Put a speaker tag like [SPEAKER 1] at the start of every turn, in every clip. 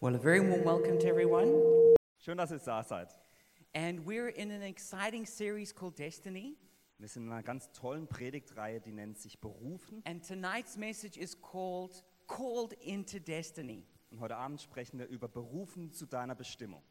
[SPEAKER 1] Well, a very warm welcome to everyone.
[SPEAKER 2] Schön, dass ihr da seid.
[SPEAKER 1] And we're in an exciting series called Destiny.
[SPEAKER 2] Wir sind in einer ganz tollen Predigtreihe, die nennt sich Berufen.
[SPEAKER 1] And tonight's message is called Called into Destiny.
[SPEAKER 2] Und heute Abend sprechen wir über Berufen zu deiner Bestimmung.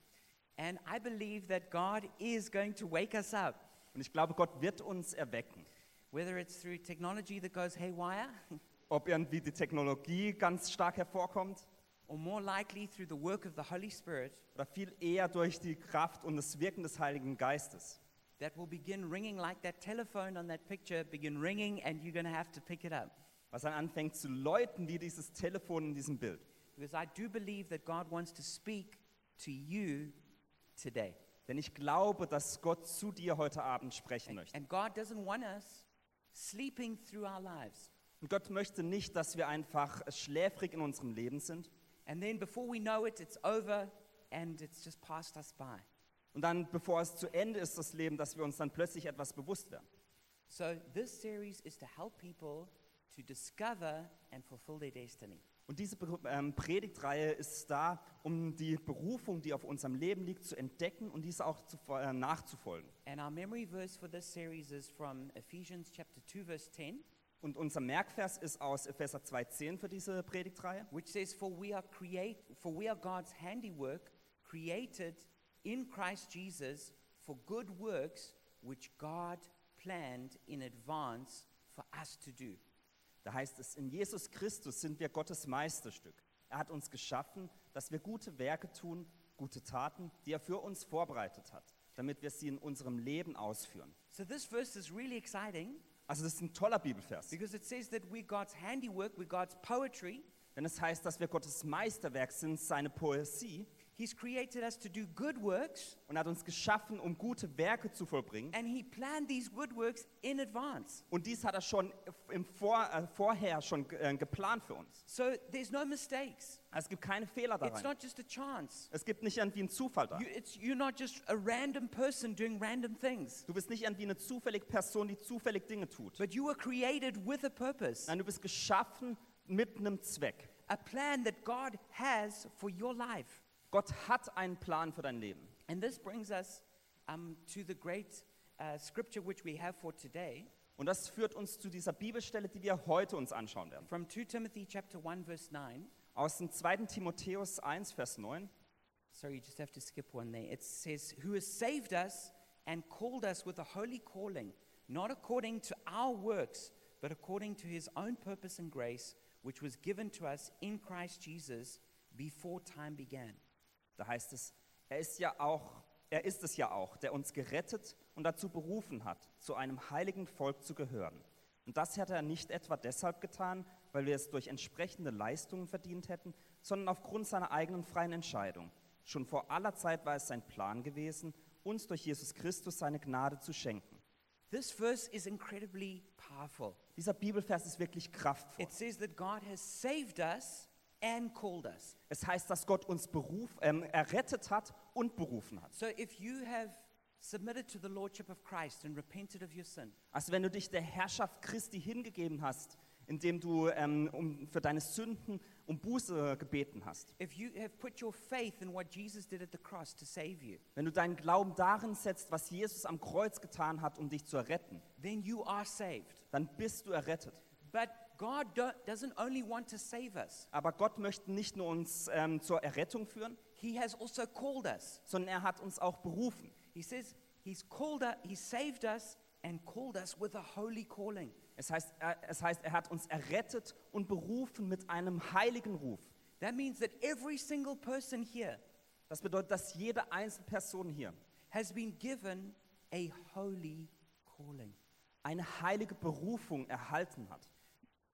[SPEAKER 1] And I believe that God is going to wake us up,
[SPEAKER 2] Und ich glaube, Gott wird uns erwecken.
[SPEAKER 1] whether it's through technology that goes haywire,
[SPEAKER 2] Ob irgendwie die Technologie ganz stark hervorkommt
[SPEAKER 1] or more likely through the work of the Holy Spirit
[SPEAKER 2] oder viel eher durch die Kraft und das Wirken des Heiligen Geistes.
[SPEAKER 1] that will begin ringing like that telephone on that picture, begin ringing, and you're going to have to pick it up.
[SPEAKER 2] Was dann anfängt zu läuten wie dieses Telefon in diesem Bild.
[SPEAKER 1] Because I do believe that God wants to speak to you today.
[SPEAKER 2] Denn ich glaube, dass Gott zu dir heute Abend sprechen
[SPEAKER 1] And,
[SPEAKER 2] möchte.
[SPEAKER 1] and God doesn't want us sleeping through our lives.
[SPEAKER 2] Und Gott möchte nicht, dass wir einfach schläfrig in unserem Leben sind.
[SPEAKER 1] And then before we know it, it's over and it's just passed us by.
[SPEAKER 2] Und dann, bevor es zu Ende ist, das Leben, dass wir uns dann plötzlich etwas bewusst werden.
[SPEAKER 1] So, this series is to help people to discover and fulfill their destiny.
[SPEAKER 2] Und diese Be- ähm, Predigtreihe ist da, um die Berufung, die auf unserem Leben liegt, zu entdecken und diese auch zu, ver- äh, nachzufolgen.
[SPEAKER 1] And our memory verse for this series is from Ephesians chapter 2, verse 10,
[SPEAKER 2] Und unser Merkvers ist aus Epheser 2,10 für diese Predigtreihe.
[SPEAKER 1] which says, For we are create for we are God's handiwork, created in Christ Jesus for good works which God planned in advance for us to do.
[SPEAKER 2] Da heißt es, in Jesus Christus sind wir Gottes Meisterstück. Er hat uns geschaffen, dass wir gute Werke tun, gute Taten, die er für uns vorbereitet hat, damit wir sie in unserem Leben ausführen.
[SPEAKER 1] So this verse is really exciting
[SPEAKER 2] Also das ist ein toller Bibelvers,
[SPEAKER 1] because it says that we're God's handiwork, we're God's poetry.
[SPEAKER 2] denn es heißt, dass wir Gottes Meisterwerk sind, seine Poesie,
[SPEAKER 1] He's created us to do good works,
[SPEAKER 2] und hat uns geschaffen, um gute Werke zu vollbringen.
[SPEAKER 1] and He planned these good works in advance.
[SPEAKER 2] Und dies hat er schon im Vor, äh, vorher schon ge- äh, geplant für uns.
[SPEAKER 1] So there's no mistakes.
[SPEAKER 2] Also es gibt keine Fehler
[SPEAKER 1] It's
[SPEAKER 2] darin.
[SPEAKER 1] not just a chance.
[SPEAKER 2] Es gibt nicht irgendwie einen Zufall da.
[SPEAKER 1] You, it's, you're not just a random person doing random things,
[SPEAKER 2] Du bist nicht irgendwie eine zufällige Person, die zufällig Dinge tut.
[SPEAKER 1] but you were created with a purpose,
[SPEAKER 2] Nein, du bist geschaffen mit einem Zweck.
[SPEAKER 1] a plan that God has for your life.
[SPEAKER 2] Gott hat einen Plan für dein Leben.
[SPEAKER 1] And this brings us um, to the great uh, scripture which we have for today
[SPEAKER 2] Und das führt uns zu dieser Bibelstelle, die wir heute uns anschauen werden.
[SPEAKER 1] from 2 Timothy chapter 1 verse 9.
[SPEAKER 2] Aus dem 2. Timotheus 1, Vers 9.
[SPEAKER 1] Sorry, you just have to skip one there. It says, Who has saved us and called us with a holy calling, not according to our works, but according to his own purpose and grace, which was given to us in Christ Jesus before time began.
[SPEAKER 2] Da heißt es, er ist ja auch, er ist es ja auch, der uns gerettet und dazu berufen hat, zu einem heiligen Volk zu gehören. Und das hat er nicht etwa deshalb getan, weil wir es durch entsprechende Leistungen verdient hätten, sondern aufgrund seiner eigenen freien Entscheidung. Schon vor aller Zeit war es sein Plan gewesen, uns durch Jesus Christus seine Gnade zu schenken.
[SPEAKER 1] This verse is incredibly powerful.
[SPEAKER 2] Dieser Bibelvers ist wirklich kraftvoll.
[SPEAKER 1] It says that God has saved us and called us.
[SPEAKER 2] Es heißt, dass Gott uns beruf, ähm, errettet hat und berufen hat.
[SPEAKER 1] So if you have submitted to the Lordship of Christ and repented of your sin,
[SPEAKER 2] Also wenn du dich der Herrschaft Christi hingegeben hast, indem du ähm, um, für deine Sünden um Buße gebeten hast,
[SPEAKER 1] if you have put your faith in what Jesus did at the cross to save you,
[SPEAKER 2] wenn du deinen Glauben darin setzt, was Jesus am Kreuz getan hat, um dich zu erretten,
[SPEAKER 1] then you are saved.
[SPEAKER 2] dann bist du errettet.
[SPEAKER 1] But God do- doesn't only want to save us,
[SPEAKER 2] Aber Gott möchte nicht nur uns ähm, zur Errettung führen,
[SPEAKER 1] He has also called us.
[SPEAKER 2] sondern er hat uns auch berufen.
[SPEAKER 1] He says He's called us, He saved us, and called us with a holy calling.
[SPEAKER 2] Es heißt, er, es heißt, er hat uns errettet und berufen mit einem heiligen Ruf.
[SPEAKER 1] That means that every single person here
[SPEAKER 2] Das bedeutet, dass jede einzelne Person hier
[SPEAKER 1] has been given a holy calling.
[SPEAKER 2] eine heilige Berufung erhalten hat.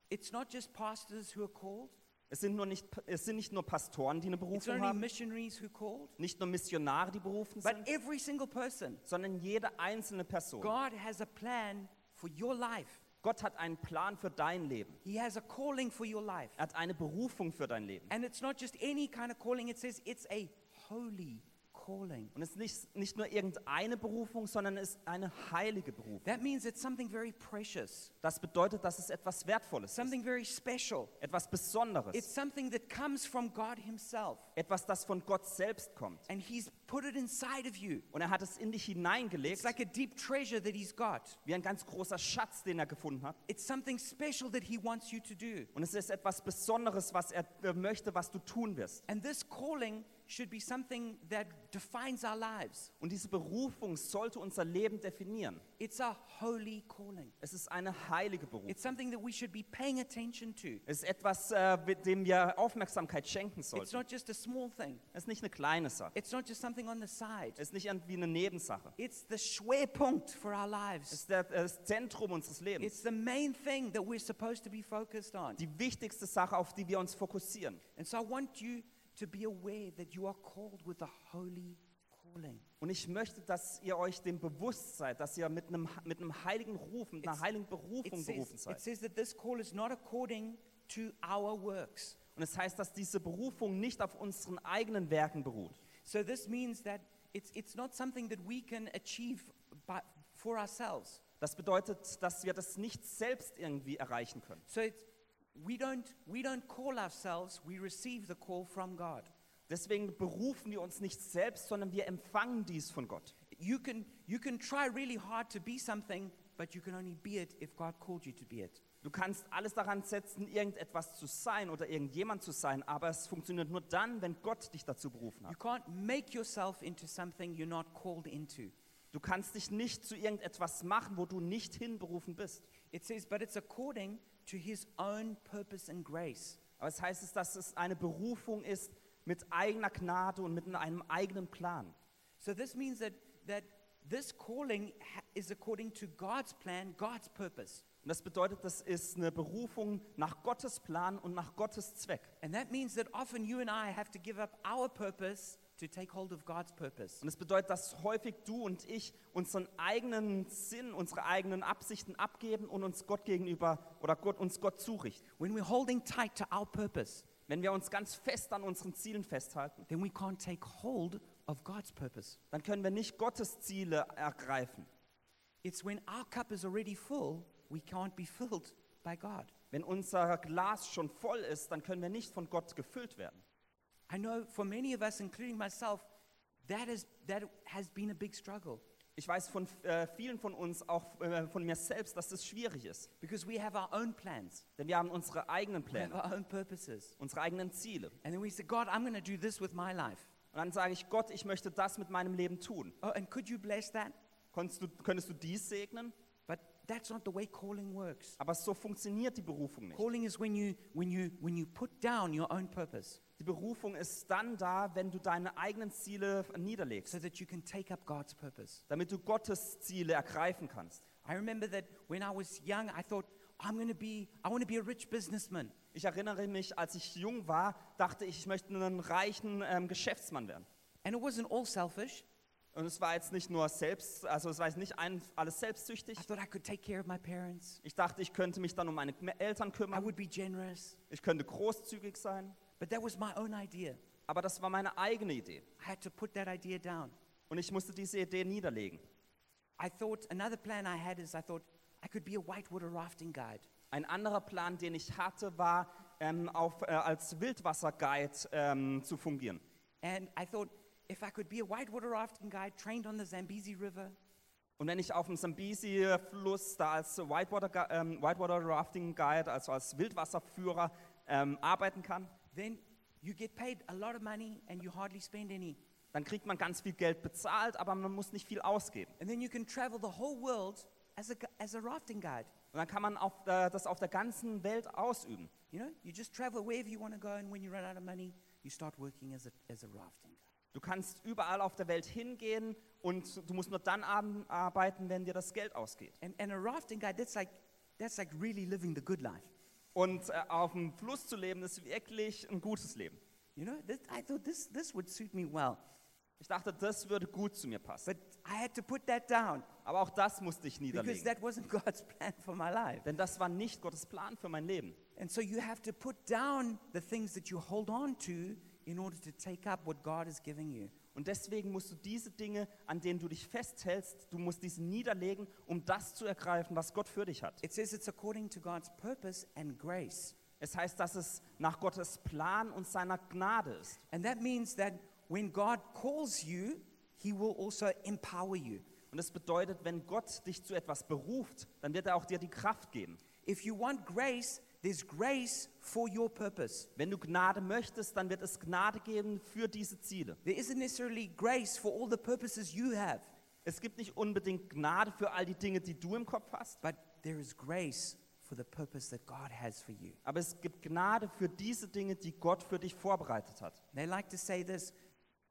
[SPEAKER 1] It's not just pastors who are called,
[SPEAKER 2] Es sind, nur nicht, es sind nicht nur Pastoren, die eine
[SPEAKER 1] it's
[SPEAKER 2] Berufung
[SPEAKER 1] not only
[SPEAKER 2] haben,
[SPEAKER 1] missionaries who are called,
[SPEAKER 2] nicht nur Missionare, die berufen
[SPEAKER 1] but
[SPEAKER 2] sind,
[SPEAKER 1] every single person.
[SPEAKER 2] sondern jede einzelne Person.
[SPEAKER 1] God has a plan for your life,
[SPEAKER 2] Gott hat einen Plan für dein Leben.
[SPEAKER 1] He has a calling for your life.
[SPEAKER 2] Er hat eine Berufung für dein Leben.
[SPEAKER 1] And it's not just any kind of calling, it says it's a holy calling.
[SPEAKER 2] Und es ist nicht, nicht nur irgendeine Berufung, sondern es ist eine heilige Berufung.
[SPEAKER 1] That means it's something very precious,
[SPEAKER 2] Das bedeutet, dass es etwas Wertvolles ist,
[SPEAKER 1] something very special.
[SPEAKER 2] etwas
[SPEAKER 1] It's
[SPEAKER 2] Besonderes,
[SPEAKER 1] something that comes from God Himself,
[SPEAKER 2] etwas, das von Gott selbst kommt.
[SPEAKER 1] and He's put it inside of you.
[SPEAKER 2] Und er hat es in dich hineingelegt,
[SPEAKER 1] It's like a deep treasure that He's got.
[SPEAKER 2] wie ein ganz großer Schatz, den er gefunden hat.
[SPEAKER 1] It's something special that He wants you to do.
[SPEAKER 2] Und es ist etwas Besonderes, was er äh, möchte, was du tun wirst.
[SPEAKER 1] And this calling should be something that defines our lives.
[SPEAKER 2] Und diese Berufung sollte unser Leben definieren.
[SPEAKER 1] It's a holy calling.
[SPEAKER 2] Es ist eine heilige Berufung.
[SPEAKER 1] It's something that we should be paying attention to.
[SPEAKER 2] Es ist etwas, äh, mit dem wir Aufmerksamkeit schenken
[SPEAKER 1] It's
[SPEAKER 2] sollten.
[SPEAKER 1] not just a small thing.
[SPEAKER 2] Es ist nicht eine kleine Sache.
[SPEAKER 1] It's not just something on the side.
[SPEAKER 2] Es ist nicht irgendwie eine Nebensache.
[SPEAKER 1] It's the Schwerpunkt for our
[SPEAKER 2] Es
[SPEAKER 1] lives.
[SPEAKER 2] ist der- äh, das Zentrum unseres Lebens.
[SPEAKER 1] It's the main thing that we're supposed to be focused on.
[SPEAKER 2] Die wichtigste Sache, auf die wir uns fokussieren.
[SPEAKER 1] And so I want you to be aware that you are called with a holy calling.
[SPEAKER 2] Und ich möchte, dass ihr euch dem bewusst seid, dass ihr mit einem, mit einem heiligen Ruf, mit einer
[SPEAKER 1] It's-
[SPEAKER 2] heiligen
[SPEAKER 1] It
[SPEAKER 2] Berufung berufen
[SPEAKER 1] says, it
[SPEAKER 2] seid.
[SPEAKER 1] says that this call is not according to our works.
[SPEAKER 2] Und es heißt, dass diese Berufung nicht auf unseren eigenen Werken beruht.
[SPEAKER 1] So this means that it's, it's not something that we can achieve by, for ourselves.
[SPEAKER 2] Das bedeutet, dass wir das nicht selbst irgendwie erreichen können.
[SPEAKER 1] So it's, we, don't, we don't call ourselves, we receive the call from God.
[SPEAKER 2] Deswegen berufen wir uns nicht selbst, sondern wir empfangen dies von Gott.
[SPEAKER 1] You can, you can try really hard to be something, but you can only be it if God called you to be it.
[SPEAKER 2] Du kannst alles daran setzen, irgendetwas zu sein oder irgendjemand zu sein, aber es funktioniert nur dann, wenn Gott dich dazu berufen
[SPEAKER 1] You
[SPEAKER 2] hat.
[SPEAKER 1] can't make yourself into something you're not called into.
[SPEAKER 2] Du kannst dich nicht zu irgendetwas machen, wo du nicht hinberufen bist.
[SPEAKER 1] It says, but it's according to his own purpose and grace.
[SPEAKER 2] Aber es heißt es, dass es eine Berufung ist mit eigener Gnade und mit einem eigenen Plan.
[SPEAKER 1] So this means that, that this calling ha- is according to God's plan, God's purpose.
[SPEAKER 2] Und das bedeutet, das ist eine Berufung nach Gottes Plan und nach Gottes Zweck.
[SPEAKER 1] And that means that often you and I have to give up our purpose to take hold of God's purpose.
[SPEAKER 2] Und das bedeutet, dass häufig du und ich unseren eigenen Sinn, unsere eigenen Absichten abgeben und uns Gott gegenüber oder Gott, uns Gott zurichten.
[SPEAKER 1] When we're holding tight to our purpose,
[SPEAKER 2] Wenn wir uns ganz fest an unseren Zielen festhalten,
[SPEAKER 1] then we can't take hold of God's purpose.
[SPEAKER 2] dann können wir nicht Gottes Ziele ergreifen.
[SPEAKER 1] It's when our cup is already full, we can't be filled by God.
[SPEAKER 2] Wenn unser Glas schon voll ist, dann können wir nicht von Gott gefüllt werden.
[SPEAKER 1] I know for many of us, including myself, that, is, that has been a big struggle
[SPEAKER 2] Ich weiß von äh, vielen von uns, auch äh, von mir selbst, dass es schwierig ist.
[SPEAKER 1] because we have our own plans,
[SPEAKER 2] Denn wir haben unsere eigenen
[SPEAKER 1] we have
[SPEAKER 2] Pläne,
[SPEAKER 1] our own purposes.
[SPEAKER 2] unsere eigenen Ziele.
[SPEAKER 1] And then we say, God, I'm going to do this with my life.
[SPEAKER 2] Und dann sage ich, Gott, ich möchte das mit meinem Leben tun.
[SPEAKER 1] Oh, and could you bless that?
[SPEAKER 2] Konntest du, könntest du dies segnen?
[SPEAKER 1] But that's not the way calling works.
[SPEAKER 2] Aber so funktioniert die Berufung nicht.
[SPEAKER 1] Calling is when you, when you, when you put down your own purpose
[SPEAKER 2] Die Berufung ist dann da, wenn du deine eigenen Ziele niederlegst,
[SPEAKER 1] so that you can take up God's purpose.
[SPEAKER 2] damit du Gottes Ziele ergreifen kannst.
[SPEAKER 1] I remember that when I was young, I thought, I'm going to be, I want to be a rich businessman.
[SPEAKER 2] Ich erinnere mich, als ich jung war, dachte ich, ich möchte einen reichen ähm, Geschäftsmann werden.
[SPEAKER 1] And it wasn't all selfish.
[SPEAKER 2] Und es war jetzt nicht nur selbst, also es war jetzt nicht ein, alles selbstsüchtig.
[SPEAKER 1] I thought I could take care of my parents.
[SPEAKER 2] Ich dachte, ich könnte mich dann um meine Me- Eltern
[SPEAKER 1] I
[SPEAKER 2] kümmern,
[SPEAKER 1] would be generous.
[SPEAKER 2] ich könnte großzügig sein.
[SPEAKER 1] But that was my own idea.
[SPEAKER 2] Aber das war meine eigene Idee.
[SPEAKER 1] I had to put that idea down.
[SPEAKER 2] Und ich musste diese Idee niederlegen.
[SPEAKER 1] I thought another plan I had is I thought I could be a whitewater rafting guide.
[SPEAKER 2] Ein anderer Plan, den ich hatte, war, ähm, auf, äh, als Wildwasserguide ähm, zu fungieren.
[SPEAKER 1] And I thought if I could be a whitewater rafting guide trained on the Zambezi River,
[SPEAKER 2] Und wenn ich auf dem Sambesi-Fluss da als Whitewater, Gu- ähm, Whitewater Rafting Guide, also als Wildwasserführer ähm, arbeiten kann,
[SPEAKER 1] then you get paid a lot of money and you hardly spend any.
[SPEAKER 2] dann kriegt man ganz viel Geld bezahlt, aber man muss nicht viel ausgeben.
[SPEAKER 1] And then you can travel the whole world as a, gu- as a rafting guide.
[SPEAKER 2] Und dann kann man auf, äh, das auf der ganzen Welt ausüben.
[SPEAKER 1] You know, you just travel wherever you want to go, and when you run out of money, you start working as a, as a rafting guide.
[SPEAKER 2] Du kannst überall auf der Welt hingehen und du musst nur dann ar- arbeiten, wenn dir das Geld ausgeht.
[SPEAKER 1] And, and a rafting guide, that's like, that's like really living the good life.
[SPEAKER 2] Und äh, auf dem Fluss zu leben, ist wirklich ein gutes Leben.
[SPEAKER 1] You know, this, I thought this, this would suit me well.
[SPEAKER 2] Ich dachte, das würde gut zu mir passen.
[SPEAKER 1] But I had to put that down
[SPEAKER 2] Aber auch das musste ich
[SPEAKER 1] because
[SPEAKER 2] niederlegen.
[SPEAKER 1] that wasn't God's plan for my life.
[SPEAKER 2] Denn das war nicht Gottes Plan für mein Leben.
[SPEAKER 1] And so you have to put down the things that you hold on to in order to take up what God is giving you.
[SPEAKER 2] Und deswegen musst du diese Dinge, an denen du dich festhältst, du musst diese niederlegen, um das zu ergreifen, was Gott für dich hat.
[SPEAKER 1] It says it's according to God's purpose and grace.
[SPEAKER 2] Es heißt, dass es nach Gottes Plan und seiner Gnade ist.
[SPEAKER 1] And that means that when God calls you, He will also empower you.
[SPEAKER 2] Und das bedeutet, wenn Gott dich zu etwas beruft, dann wird er auch dir die Kraft geben.
[SPEAKER 1] If you want grace, there's grace for your purpose.
[SPEAKER 2] Wenn du Gnade möchtest, dann wird es Gnade geben für diese Ziele.
[SPEAKER 1] There isn't necessarily grace for all the purposes you have,
[SPEAKER 2] Es gibt nicht unbedingt Gnade für all die Dinge, die du im Kopf hast,
[SPEAKER 1] but there is grace for the purpose that God has for you.
[SPEAKER 2] aber es gibt Gnade für diese Dinge, die Gott für dich vorbereitet hat.
[SPEAKER 1] They like to say this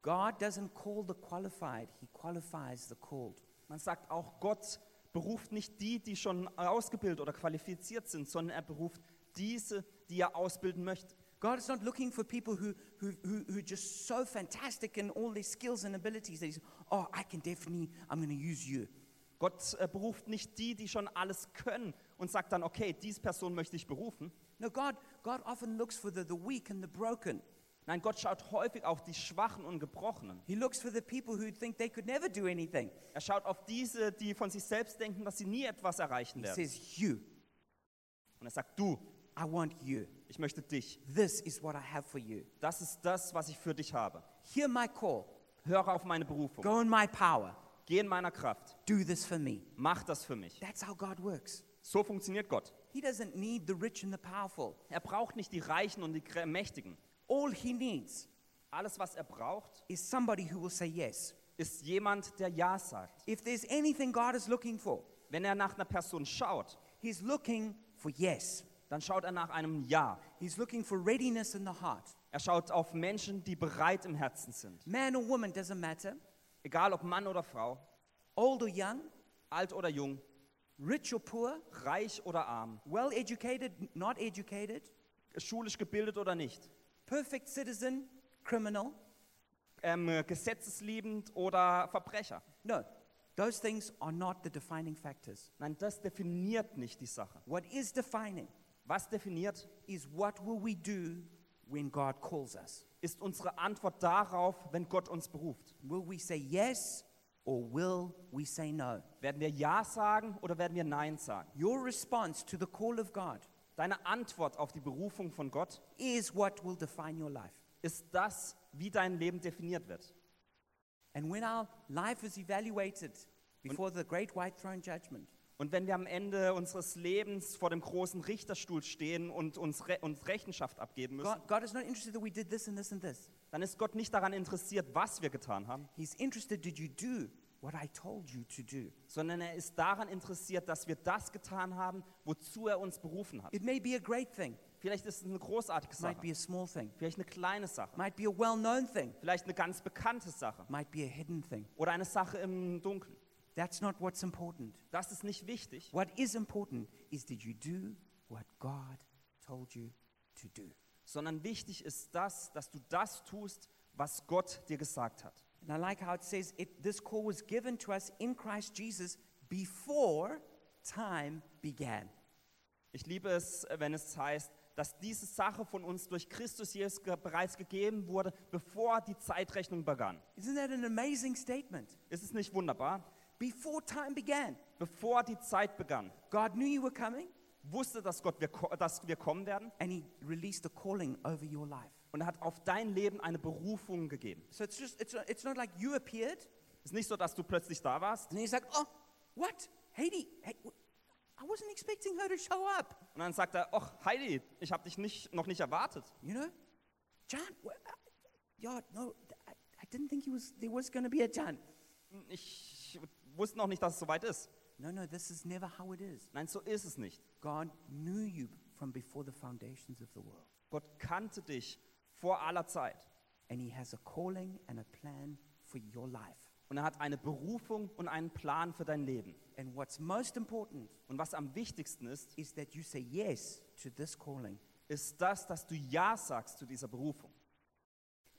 [SPEAKER 1] God doesn't call the qualified, He qualifies the called.
[SPEAKER 2] Man sagt auch, Gott beruft nicht die, die schon ausgebildet oder qualifiziert sind, sondern er beruft diese, die er ausbilden möchte.
[SPEAKER 1] God is not looking for people who, who, who, who are just so fantastic in all their skills and abilities that He's, oh, I can definitely, I'm going to use you.
[SPEAKER 2] Gott äh, beruft nicht die, die schon alles können und sagt dann, okay, diese Person möchte ich berufen.
[SPEAKER 1] No, God, God often looks for the, the weak and the broken.
[SPEAKER 2] Nein, Gott schaut häufig auf die Schwachen und Gebrochenen.
[SPEAKER 1] He looks for the people who think they could never do anything.
[SPEAKER 2] Er schaut auf diese, die von sich selbst denken, dass sie nie etwas erreichen
[SPEAKER 1] He
[SPEAKER 2] werden.
[SPEAKER 1] says, You,
[SPEAKER 2] Und er sagt, du,
[SPEAKER 1] I want you.
[SPEAKER 2] ich möchte dich.
[SPEAKER 1] This is what I have for you.
[SPEAKER 2] Das ist das, was ich für dich habe.
[SPEAKER 1] Hear my call.
[SPEAKER 2] Höre auf meine Berufung.
[SPEAKER 1] Go in my power.
[SPEAKER 2] Geh in meiner Kraft.
[SPEAKER 1] Do this for me.
[SPEAKER 2] Mach das für mich.
[SPEAKER 1] That's how God works.
[SPEAKER 2] So funktioniert Gott.
[SPEAKER 1] He doesn't need the rich and the powerful.
[SPEAKER 2] Er braucht nicht die Reichen und die Krä- Mächtigen.
[SPEAKER 1] All he needs
[SPEAKER 2] Alles, was er braucht,
[SPEAKER 1] is somebody who will say yes.
[SPEAKER 2] ist jemand, der Ja sagt.
[SPEAKER 1] If there's anything God is looking for,
[SPEAKER 2] Wenn er nach einer Person schaut,
[SPEAKER 1] he's looking for yes.
[SPEAKER 2] dann schaut er nach einem Ja.
[SPEAKER 1] He's looking for readiness in the heart.
[SPEAKER 2] Er schaut auf Menschen, die bereit im Herzen sind.
[SPEAKER 1] Man or woman doesn't matter,
[SPEAKER 2] Egal ob Mann oder Frau,
[SPEAKER 1] old or young,
[SPEAKER 2] alt oder jung,
[SPEAKER 1] rich or poor,
[SPEAKER 2] reich oder arm,
[SPEAKER 1] well educated, not educated,
[SPEAKER 2] schulisch gebildet oder nicht,
[SPEAKER 1] perfect citizen, criminal.
[SPEAKER 2] ähm, gesetzesliebend oder Verbrecher.
[SPEAKER 1] No, those things are not the defining factors.
[SPEAKER 2] Nein, das definiert nicht die Sache.
[SPEAKER 1] What is defining
[SPEAKER 2] Was definiert,
[SPEAKER 1] is what will we do when God calls us?
[SPEAKER 2] ist unsere Antwort darauf, wenn Gott uns beruft.
[SPEAKER 1] Will we say yes or will we say no?
[SPEAKER 2] Werden wir Ja sagen oder werden wir Nein sagen?
[SPEAKER 1] Your response to the call of God
[SPEAKER 2] Deine Antwort auf die Berufung von Gott
[SPEAKER 1] is what will define your life.
[SPEAKER 2] ist das, wie dein Leben definiert wird.
[SPEAKER 1] And when our life is evaluated before the great white throne judgment,
[SPEAKER 2] Und wenn wir am Ende unseres Lebens vor dem großen Richterstuhl stehen und uns, Re uns Rechenschaft abgeben müssen,
[SPEAKER 1] God, God is not interested that we did this and this and this.
[SPEAKER 2] dann ist Gott nicht daran interessiert, was wir getan haben,
[SPEAKER 1] He's interested, did you do what I told you to do?
[SPEAKER 2] sondern er ist daran interessiert, dass wir das getan haben, wozu er uns berufen hat.
[SPEAKER 1] It may be a great thing,
[SPEAKER 2] Vielleicht ist es eine großartige
[SPEAKER 1] it might be
[SPEAKER 2] Sache,
[SPEAKER 1] a small thing,
[SPEAKER 2] vielleicht eine kleine Sache,
[SPEAKER 1] might be a well known thing,
[SPEAKER 2] vielleicht eine ganz bekannte Sache
[SPEAKER 1] might be a hidden thing.
[SPEAKER 2] oder eine Sache im Dunkeln.
[SPEAKER 1] That's not what's important.
[SPEAKER 2] Das ist nicht wichtig.
[SPEAKER 1] What is important is did you do what God told you to do?
[SPEAKER 2] sondern wichtig ist das, dass du das tust, was Gott dir gesagt hat.
[SPEAKER 1] And I like how it says it, this call was given to us in Christ Jesus before time began.
[SPEAKER 2] Ich liebe es, äh, wenn es heißt, dass diese Sache von uns durch Christus Jesus ge bereits gegeben wurde, bevor die Zeitrechnung begann.
[SPEAKER 1] Isn't that an amazing statement?
[SPEAKER 2] Ist es nicht wunderbar?
[SPEAKER 1] Before time began,
[SPEAKER 2] Bevor die Zeit begann,
[SPEAKER 1] God knew you were coming
[SPEAKER 2] wusste, dass, Gott wir, ko- dass wir kommen werden
[SPEAKER 1] and He released a calling over your life.
[SPEAKER 2] und er hat auf dein Leben eine Berufung gegeben.
[SPEAKER 1] So it's just, it's not, it's not like you appeared
[SPEAKER 2] Es ist nicht so, dass du plötzlich da warst
[SPEAKER 1] and He's like, oh, what? Haiti, hey, wh- I wasn't expecting her to show up.
[SPEAKER 2] und dann sagt er, ach Heidi, ich habe dich nicht, noch nicht erwartet.
[SPEAKER 1] You know, John, wh- I- yeah, no, th- I, I didn't think he was, there was going to be a John.
[SPEAKER 2] Ich wusste noch nicht, dass es soweit ist.
[SPEAKER 1] No, no, this is never how it is.
[SPEAKER 2] Nein, so ist es nicht.
[SPEAKER 1] God knew you from before the foundations of the world,
[SPEAKER 2] Gott kannte dich vor aller Zeit
[SPEAKER 1] and He has a calling and a plan for your life.
[SPEAKER 2] und er hat eine Berufung und einen Plan für dein Leben.
[SPEAKER 1] And what's most important
[SPEAKER 2] Und was am wichtigsten ist,
[SPEAKER 1] is that you say yes to this calling.
[SPEAKER 2] ist das, dass du Ja sagst zu dieser Berufung.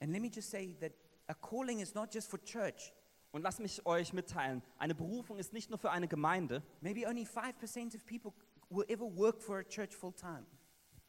[SPEAKER 1] And let me just say that a calling is not just for church.
[SPEAKER 2] Und lass mich euch mitteilen, eine Berufung ist nicht nur für eine Gemeinde.
[SPEAKER 1] Maybe only 5% of people will ever work for a church full time.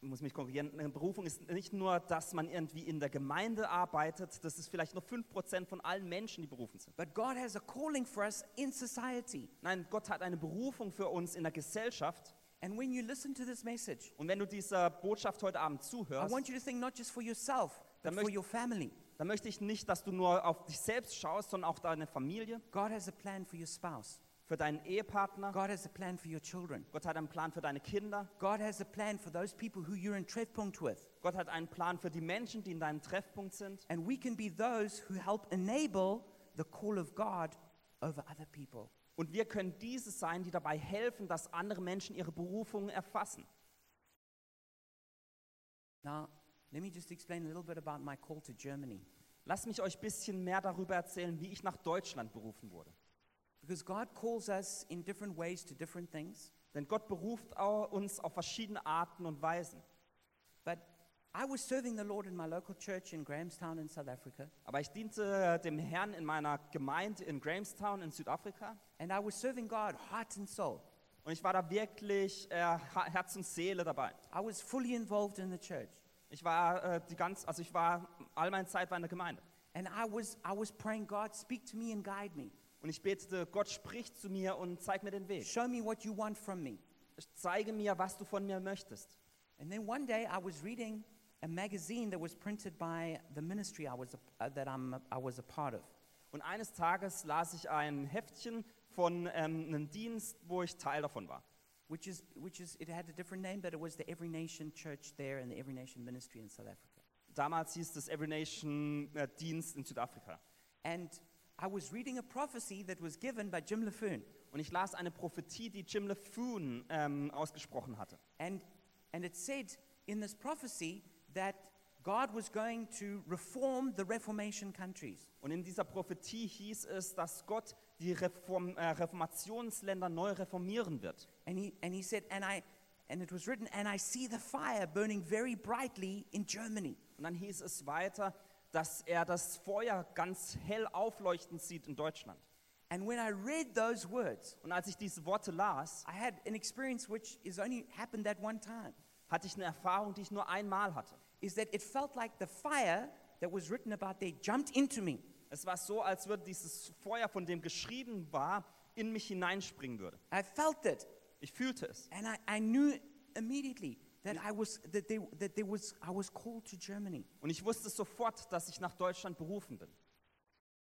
[SPEAKER 2] muss mich korrigieren, eine Berufung ist nicht nur, dass man irgendwie in der Gemeinde arbeitet, das ist vielleicht nur 5% von allen Menschen, die berufen sind.
[SPEAKER 1] But God has a calling for us in society.
[SPEAKER 2] Nein, Gott hat eine Berufung für uns in der Gesellschaft.
[SPEAKER 1] And when you listen to this message,
[SPEAKER 2] Und wenn du dieser Botschaft heute Abend
[SPEAKER 1] I
[SPEAKER 2] zuhörst,
[SPEAKER 1] want you to think not just for yourself,
[SPEAKER 2] Da
[SPEAKER 1] but for
[SPEAKER 2] möcht-
[SPEAKER 1] your family.
[SPEAKER 2] dann möchte ich nicht, dass du nur auf dich selbst schaust, sondern auch deine Familie,
[SPEAKER 1] God has a plan for your spouse.
[SPEAKER 2] für deinen Ehepartner.
[SPEAKER 1] God has a plan for your children.
[SPEAKER 2] Gott hat einen Plan für deine Kinder.
[SPEAKER 1] God has a plan for those people who you're in Treffpunkt with.
[SPEAKER 2] Gott hat einen Plan für die Menschen, die in deinem Treffpunkt sind.
[SPEAKER 1] And we can be those who help enable the call of God over other people.
[SPEAKER 2] Und wir können diese sein, die dabei helfen, dass andere Menschen ihre Berufungen erfassen.
[SPEAKER 1] Now, let me just explain a little bit about my call to Germany.
[SPEAKER 2] Lass mich euch ein bisschen mehr darüber erzählen, wie ich nach Deutschland berufen wurde.
[SPEAKER 1] Because God calls us in different ways to different things.
[SPEAKER 2] Denn Gott beruft au- uns auf verschiedene Arten und Weisen.
[SPEAKER 1] But I was serving the Lord in my local church in Grahamstown in South Africa.
[SPEAKER 2] Aber ich diente äh, dem Herrn in meiner Gemeinde in Grahamstown in Südafrika.
[SPEAKER 1] And I was serving God heart and soul.
[SPEAKER 2] Und ich war da wirklich äh, Ha- Herz und Seele dabei.
[SPEAKER 1] I was fully involved in the church.
[SPEAKER 2] Ich war äh, die ganz, also ich war, all meine Zeit war in der Gemeinde.
[SPEAKER 1] And I was, I was praying, God, speak to me and guide me.
[SPEAKER 2] Und ich betete, Gott spricht zu mir und zeig mir den Weg.
[SPEAKER 1] Show me what you want from me.
[SPEAKER 2] Zeige mir, was du von mir möchtest.
[SPEAKER 1] And then one day I was reading a magazine that was printed by the ministry I was a, uh, that I'm a, I was a part of.
[SPEAKER 2] Und eines Tages las ich ein Heftchen von ähm, einem Dienst, wo ich Teil davon war.
[SPEAKER 1] Which is, which is, it had a different name, but it was the Every Nation Church there and the Every Nation Ministry in South Africa.
[SPEAKER 2] Damals hieß das Every Nation äh, Dienst in Südafrika.
[SPEAKER 1] And I was reading a prophecy that was given by Jim LaFoon.
[SPEAKER 2] Und ich las eine Prophetie, die Jim LeFoon ähm, ausgesprochen hatte.
[SPEAKER 1] And, and it said in this prophecy that God was going to reform the Reformation countries.
[SPEAKER 2] Und in dieser Prophetie hieß es, dass Gott die Reform, äh, Reformationsländer neu reformieren wird.
[SPEAKER 1] And he, and he said, and I, and it was written, and I see the fire burning very brightly in Germany.
[SPEAKER 2] Und dann hieß es weiter, dass er das Feuer ganz hell aufleuchtend sieht in Deutschland.
[SPEAKER 1] And when I read those words,
[SPEAKER 2] Und als ich diese Worte las,
[SPEAKER 1] I had an experience which is only happened that one time,
[SPEAKER 2] hatte ich eine Erfahrung, die ich nur einmal hatte.
[SPEAKER 1] is that it felt like the fire that was written about there jumped into me.
[SPEAKER 2] Es war so, als würde dieses Feuer, von dem geschrieben war, in mich hineinspringen würde.
[SPEAKER 1] I felt it,
[SPEAKER 2] Ich fühlte es.
[SPEAKER 1] and I, I knew immediately that I was that they, that there was I was called to Germany.
[SPEAKER 2] Und ich wusste sofort, dass ich nach Deutschland berufen bin.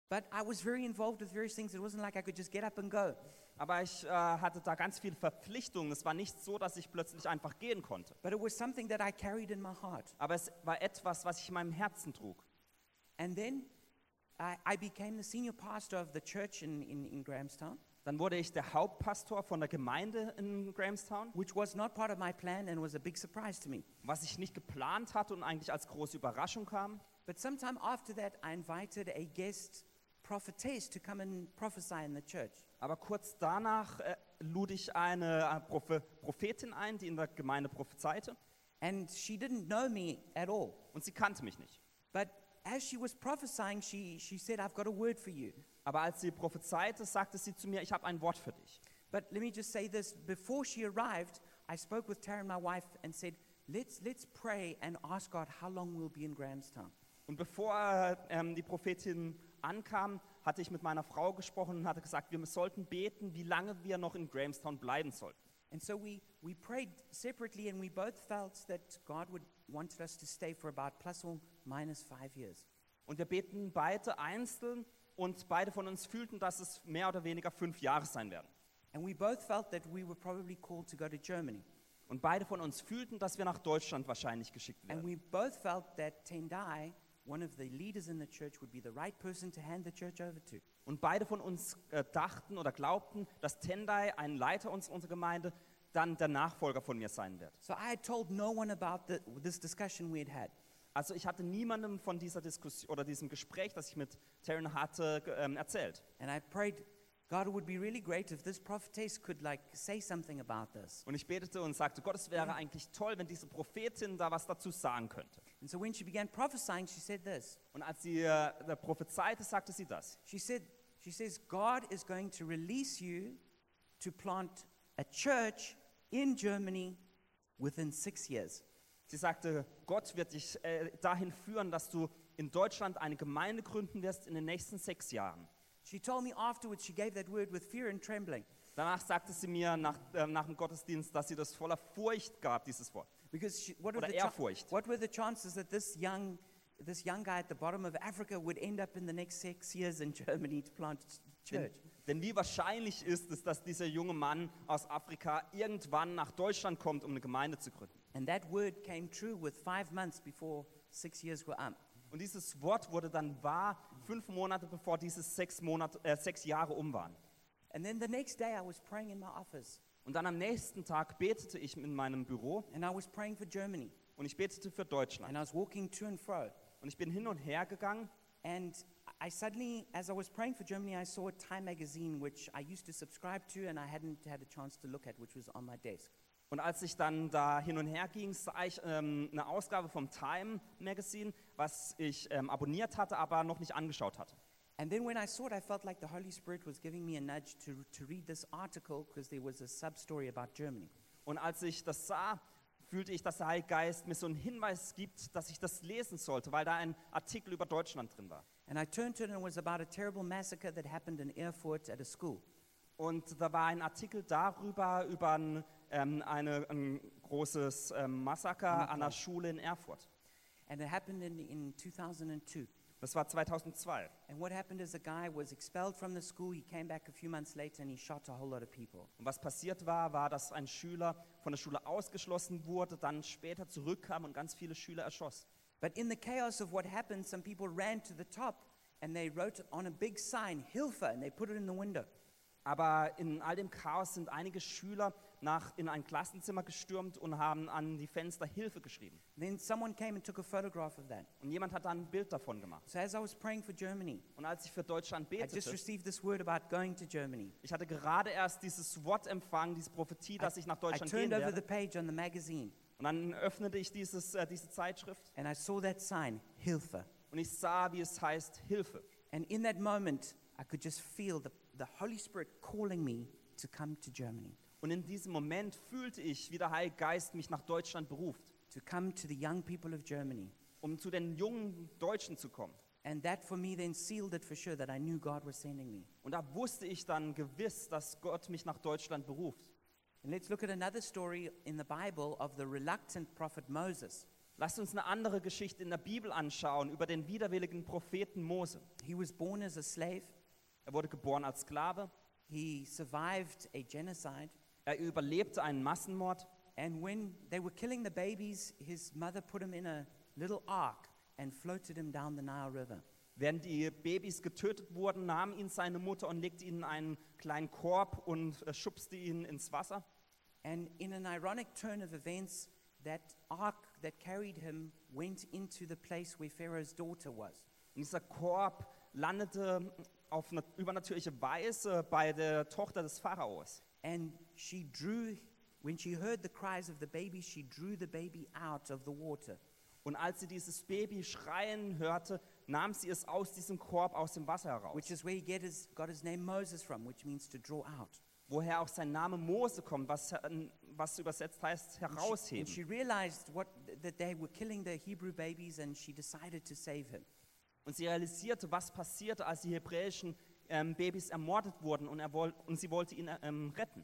[SPEAKER 1] But I was very involved with various things. It wasn't like I could just get up and go.
[SPEAKER 2] Aber ich äh, hatte da ganz viele Verpflichtungen. Es war nicht so, dass ich plötzlich einfach gehen konnte.
[SPEAKER 1] But it was something that I carried in my heart.
[SPEAKER 2] Aber es war etwas, was ich in meinem Herzen trug.
[SPEAKER 1] And then I, I became the senior pastor of the church in, in, in Grahamstown,
[SPEAKER 2] Dann wurde ich der Hauptpastor von der Gemeinde in Grahamstown,
[SPEAKER 1] which was not part of my plan and was a big surprise to me.
[SPEAKER 2] was ich nicht geplant hatte und eigentlich als große Überraschung kam.
[SPEAKER 1] But sometime after that, I invited a guest prophetess to come and prophesy in the church.
[SPEAKER 2] Aber kurz danach äh, lud ich eine äh, Prophe Prophetin ein, die in der Gemeinde prophezeite.
[SPEAKER 1] And she didn't know me at all.
[SPEAKER 2] Und sie kannte mich nicht.
[SPEAKER 1] But as she was prophesying, she, she said, I've got a word for you.
[SPEAKER 2] Aber als sie prophezeite, sagte sie zu mir, ich habe ein Wort für dich.
[SPEAKER 1] But let me just say this before she arrived, I spoke with Taryn, my wife, and said, let's, let's pray and ask God how long we'll be in Grahamstown.
[SPEAKER 2] Und bevor äh, ähm, die Prophetin ankam, hatte ich mit meiner Frau gesprochen und hatte gesagt, wir sollten beten, wie lange wir noch in Grahamstown bleiben sollten.
[SPEAKER 1] And so we, we prayed separately, and we both felt that God would, wanted us to stay for about plus or minus five years.
[SPEAKER 2] Und wir beten beide einzeln und beide von uns fühlten, dass es mehr oder weniger fünf Jahre sein werden.
[SPEAKER 1] And we both felt that we were probably called to go to Germany.
[SPEAKER 2] Und beide von uns fühlten, dass wir nach Deutschland wahrscheinlich geschickt
[SPEAKER 1] And
[SPEAKER 2] werden.
[SPEAKER 1] we both felt that Tendai, one of the leaders in the church, would be the right person to hand the church over to.
[SPEAKER 2] Und beide von uns äh, dachten oder glaubten, dass Tendai, ein Leiter uns- unserer Gemeinde, dann der Nachfolger von mir sein wird.
[SPEAKER 1] So I had told no one about the, this discussion we had had.
[SPEAKER 2] Also ich hatte niemandem von dieser Diskussion oder diesem Gespräch, das ich mit Taryn hatte, ge- ähm, erzählt.
[SPEAKER 1] And I prayed, God, it would be really great if this prophetess could like say something about this.
[SPEAKER 2] Und ich betete und sagte, Gott, es wäre eigentlich toll, wenn diese Prophetin da was dazu sagen könnte.
[SPEAKER 1] And so when she began prophesying, she said this.
[SPEAKER 2] Und als sie äh, prophezeite, sagte sie das.
[SPEAKER 1] She said, she says, God is going to release you to plant a church in Germany within six years.
[SPEAKER 2] Sie sagte, Gott wird dich äh, dahin führen, dass du in Deutschland eine Gemeinde gründen wirst in den nächsten sechs Jahren.
[SPEAKER 1] She told me afterwards she gave that word with fear and trembling
[SPEAKER 2] Danach sagte sie mir nach, äh, nach dem Gottesdienst, dass sie das voller Furcht gab, dieses Wort.
[SPEAKER 1] because she, what, were
[SPEAKER 2] Oder
[SPEAKER 1] the chan-
[SPEAKER 2] Ehrfurcht.
[SPEAKER 1] what were the chances that this young this young guy at the bottom of Africa would end up in the next six years in Germany to plant a
[SPEAKER 2] Denn,
[SPEAKER 1] church?
[SPEAKER 2] denn wie wahrscheinlich ist es, dass dieser junge Mann aus Afrika irgendwann nach Deutschland kommt, um eine Gemeinde zu gründen?
[SPEAKER 1] And that word came true with five months before six years were up.
[SPEAKER 2] Und dieses Wort wurde dann wahr fünf Monate bevor diese sechs, Monate, äh, sechs Jahre um waren.
[SPEAKER 1] And then the next day I was praying in my office
[SPEAKER 2] Und dann am nächsten Tag betete ich in meinem Büro
[SPEAKER 1] and I was praying for Germany
[SPEAKER 2] und ich betete für Deutschland.
[SPEAKER 1] and I was walking to and fro.
[SPEAKER 2] Und ich bin hin und her gegangen
[SPEAKER 1] And I suddenly, as I was praying for Germany, I saw a Time magazine, which I used to subscribe to and I hadn't had a chance to look at, which was on my desk.
[SPEAKER 2] und als ich dann da hin und her ging, sah ich ähm, eine Ausgabe vom Time Magazine, was ich ähm, abonniert hatte, aber noch nicht angeschaut hatte.
[SPEAKER 1] And then when I saw it, I felt like the Holy Spirit was giving me a nudge to, to read this article because there was a sub story about Germany.
[SPEAKER 2] Und als ich das sah, fühlte ich, dass der Heilige Geist mir so einen Hinweis gibt, dass ich das lesen sollte, weil da ein Artikel über Deutschland drin war.
[SPEAKER 1] And I turned to it and it was about a terrible massacre that happened in Erfurt at a school.
[SPEAKER 2] Und da war ein Artikel darüber, über ein, ähm, eine, ein großes ähm, Massaker an der Schule in Erfurt.
[SPEAKER 1] And it happened in, in 2002.
[SPEAKER 2] Das war 2002.
[SPEAKER 1] And what happened is a guy was expelled from the school. He came back a few months later and he shot a whole lot of people.
[SPEAKER 2] Und was passiert war, war, dass ein Schüler von der Schule ausgeschlossen wurde, dann später zurückkam und ganz viele Schüler erschoss.
[SPEAKER 1] But in the chaos of what happened, some people ran to the top and they wrote on a big sign, Hilfe, and they put it in the window.
[SPEAKER 2] Aber in all dem Chaos sind einige Schüler nach, in ein Klassenzimmer gestürmt und haben an die Fenster Hilfe geschrieben.
[SPEAKER 1] Then someone came and took a photograph of that.
[SPEAKER 2] Und jemand hat dann ein Bild davon gemacht.
[SPEAKER 1] So as I was praying for Germany,
[SPEAKER 2] Und als ich für Deutschland
[SPEAKER 1] I just
[SPEAKER 2] betete,
[SPEAKER 1] received this word about going to Germany.
[SPEAKER 2] ich hatte gerade erst dieses Wort empfangen, diese Prophetie, dass ich nach
[SPEAKER 1] I
[SPEAKER 2] Deutschland gehen
[SPEAKER 1] turned over the
[SPEAKER 2] werde.
[SPEAKER 1] page on the magazine
[SPEAKER 2] Und dann öffnete ich dieses, äh, diese Zeitschrift
[SPEAKER 1] and I saw that sign, Hilfe.
[SPEAKER 2] und ich sah, wie es heißt, Hilfe.
[SPEAKER 1] And in that moment, I could just feel the, the Holy Spirit calling me to come to Germany,
[SPEAKER 2] Und in diesem Moment fühlte ich, wie der Heilige Geist mich nach Deutschland beruft,
[SPEAKER 1] to come to the young people of Germany.
[SPEAKER 2] um zu den jungen Deutschen zu kommen.
[SPEAKER 1] And that for me then sealed it for sure that I knew God was sending me.
[SPEAKER 2] Und da wusste ich dann gewiss, dass Gott mich nach Deutschland beruft.
[SPEAKER 1] And let's look at another story in the Bible of the reluctant prophet Moses.
[SPEAKER 2] Lasst uns eine andere Geschichte in der Bibel anschauen über den widerwilligen Propheten Mose.
[SPEAKER 1] He was born as a slave,
[SPEAKER 2] Er wurde geboren als Sklave,
[SPEAKER 1] he survived a genocide,
[SPEAKER 2] er überlebte einen Massenmord
[SPEAKER 1] and when they were killing the babies, his mother put him in a little ark and floated him down the Nile River.
[SPEAKER 2] Während die Babys getötet wurden, nahm ihn seine Mutter und legte ihn in einen kleinen Korb und äh, schubste ihn ins Wasser.
[SPEAKER 1] And in an ironic turn of events, that ark that carried him went into the place where Pharaoh's daughter was.
[SPEAKER 2] Und dieser Korb landete auf eine übernatürliche Weise bei der Tochter des Pharaos.
[SPEAKER 1] And she drew, when she heard the cries of the baby, she drew the baby out of the water.
[SPEAKER 2] Und als sie dieses Baby schreien hörte, nahm sie es aus diesem Korb aus dem Wasser heraus,
[SPEAKER 1] which is where he get his, got his name Moses from, which means to draw out.
[SPEAKER 2] woher auch sein Name Mose kommt, was, äh, was übersetzt heißt
[SPEAKER 1] And she-
[SPEAKER 2] herausheben.
[SPEAKER 1] And she realized what, that they were killing the Hebrew babies, and she decided to save him.
[SPEAKER 2] Und sie realisierte, was passierte, als die hebräischen ähm, Babys ermordet wurden und, er woll und sie wollte ihn äh, ähm, retten.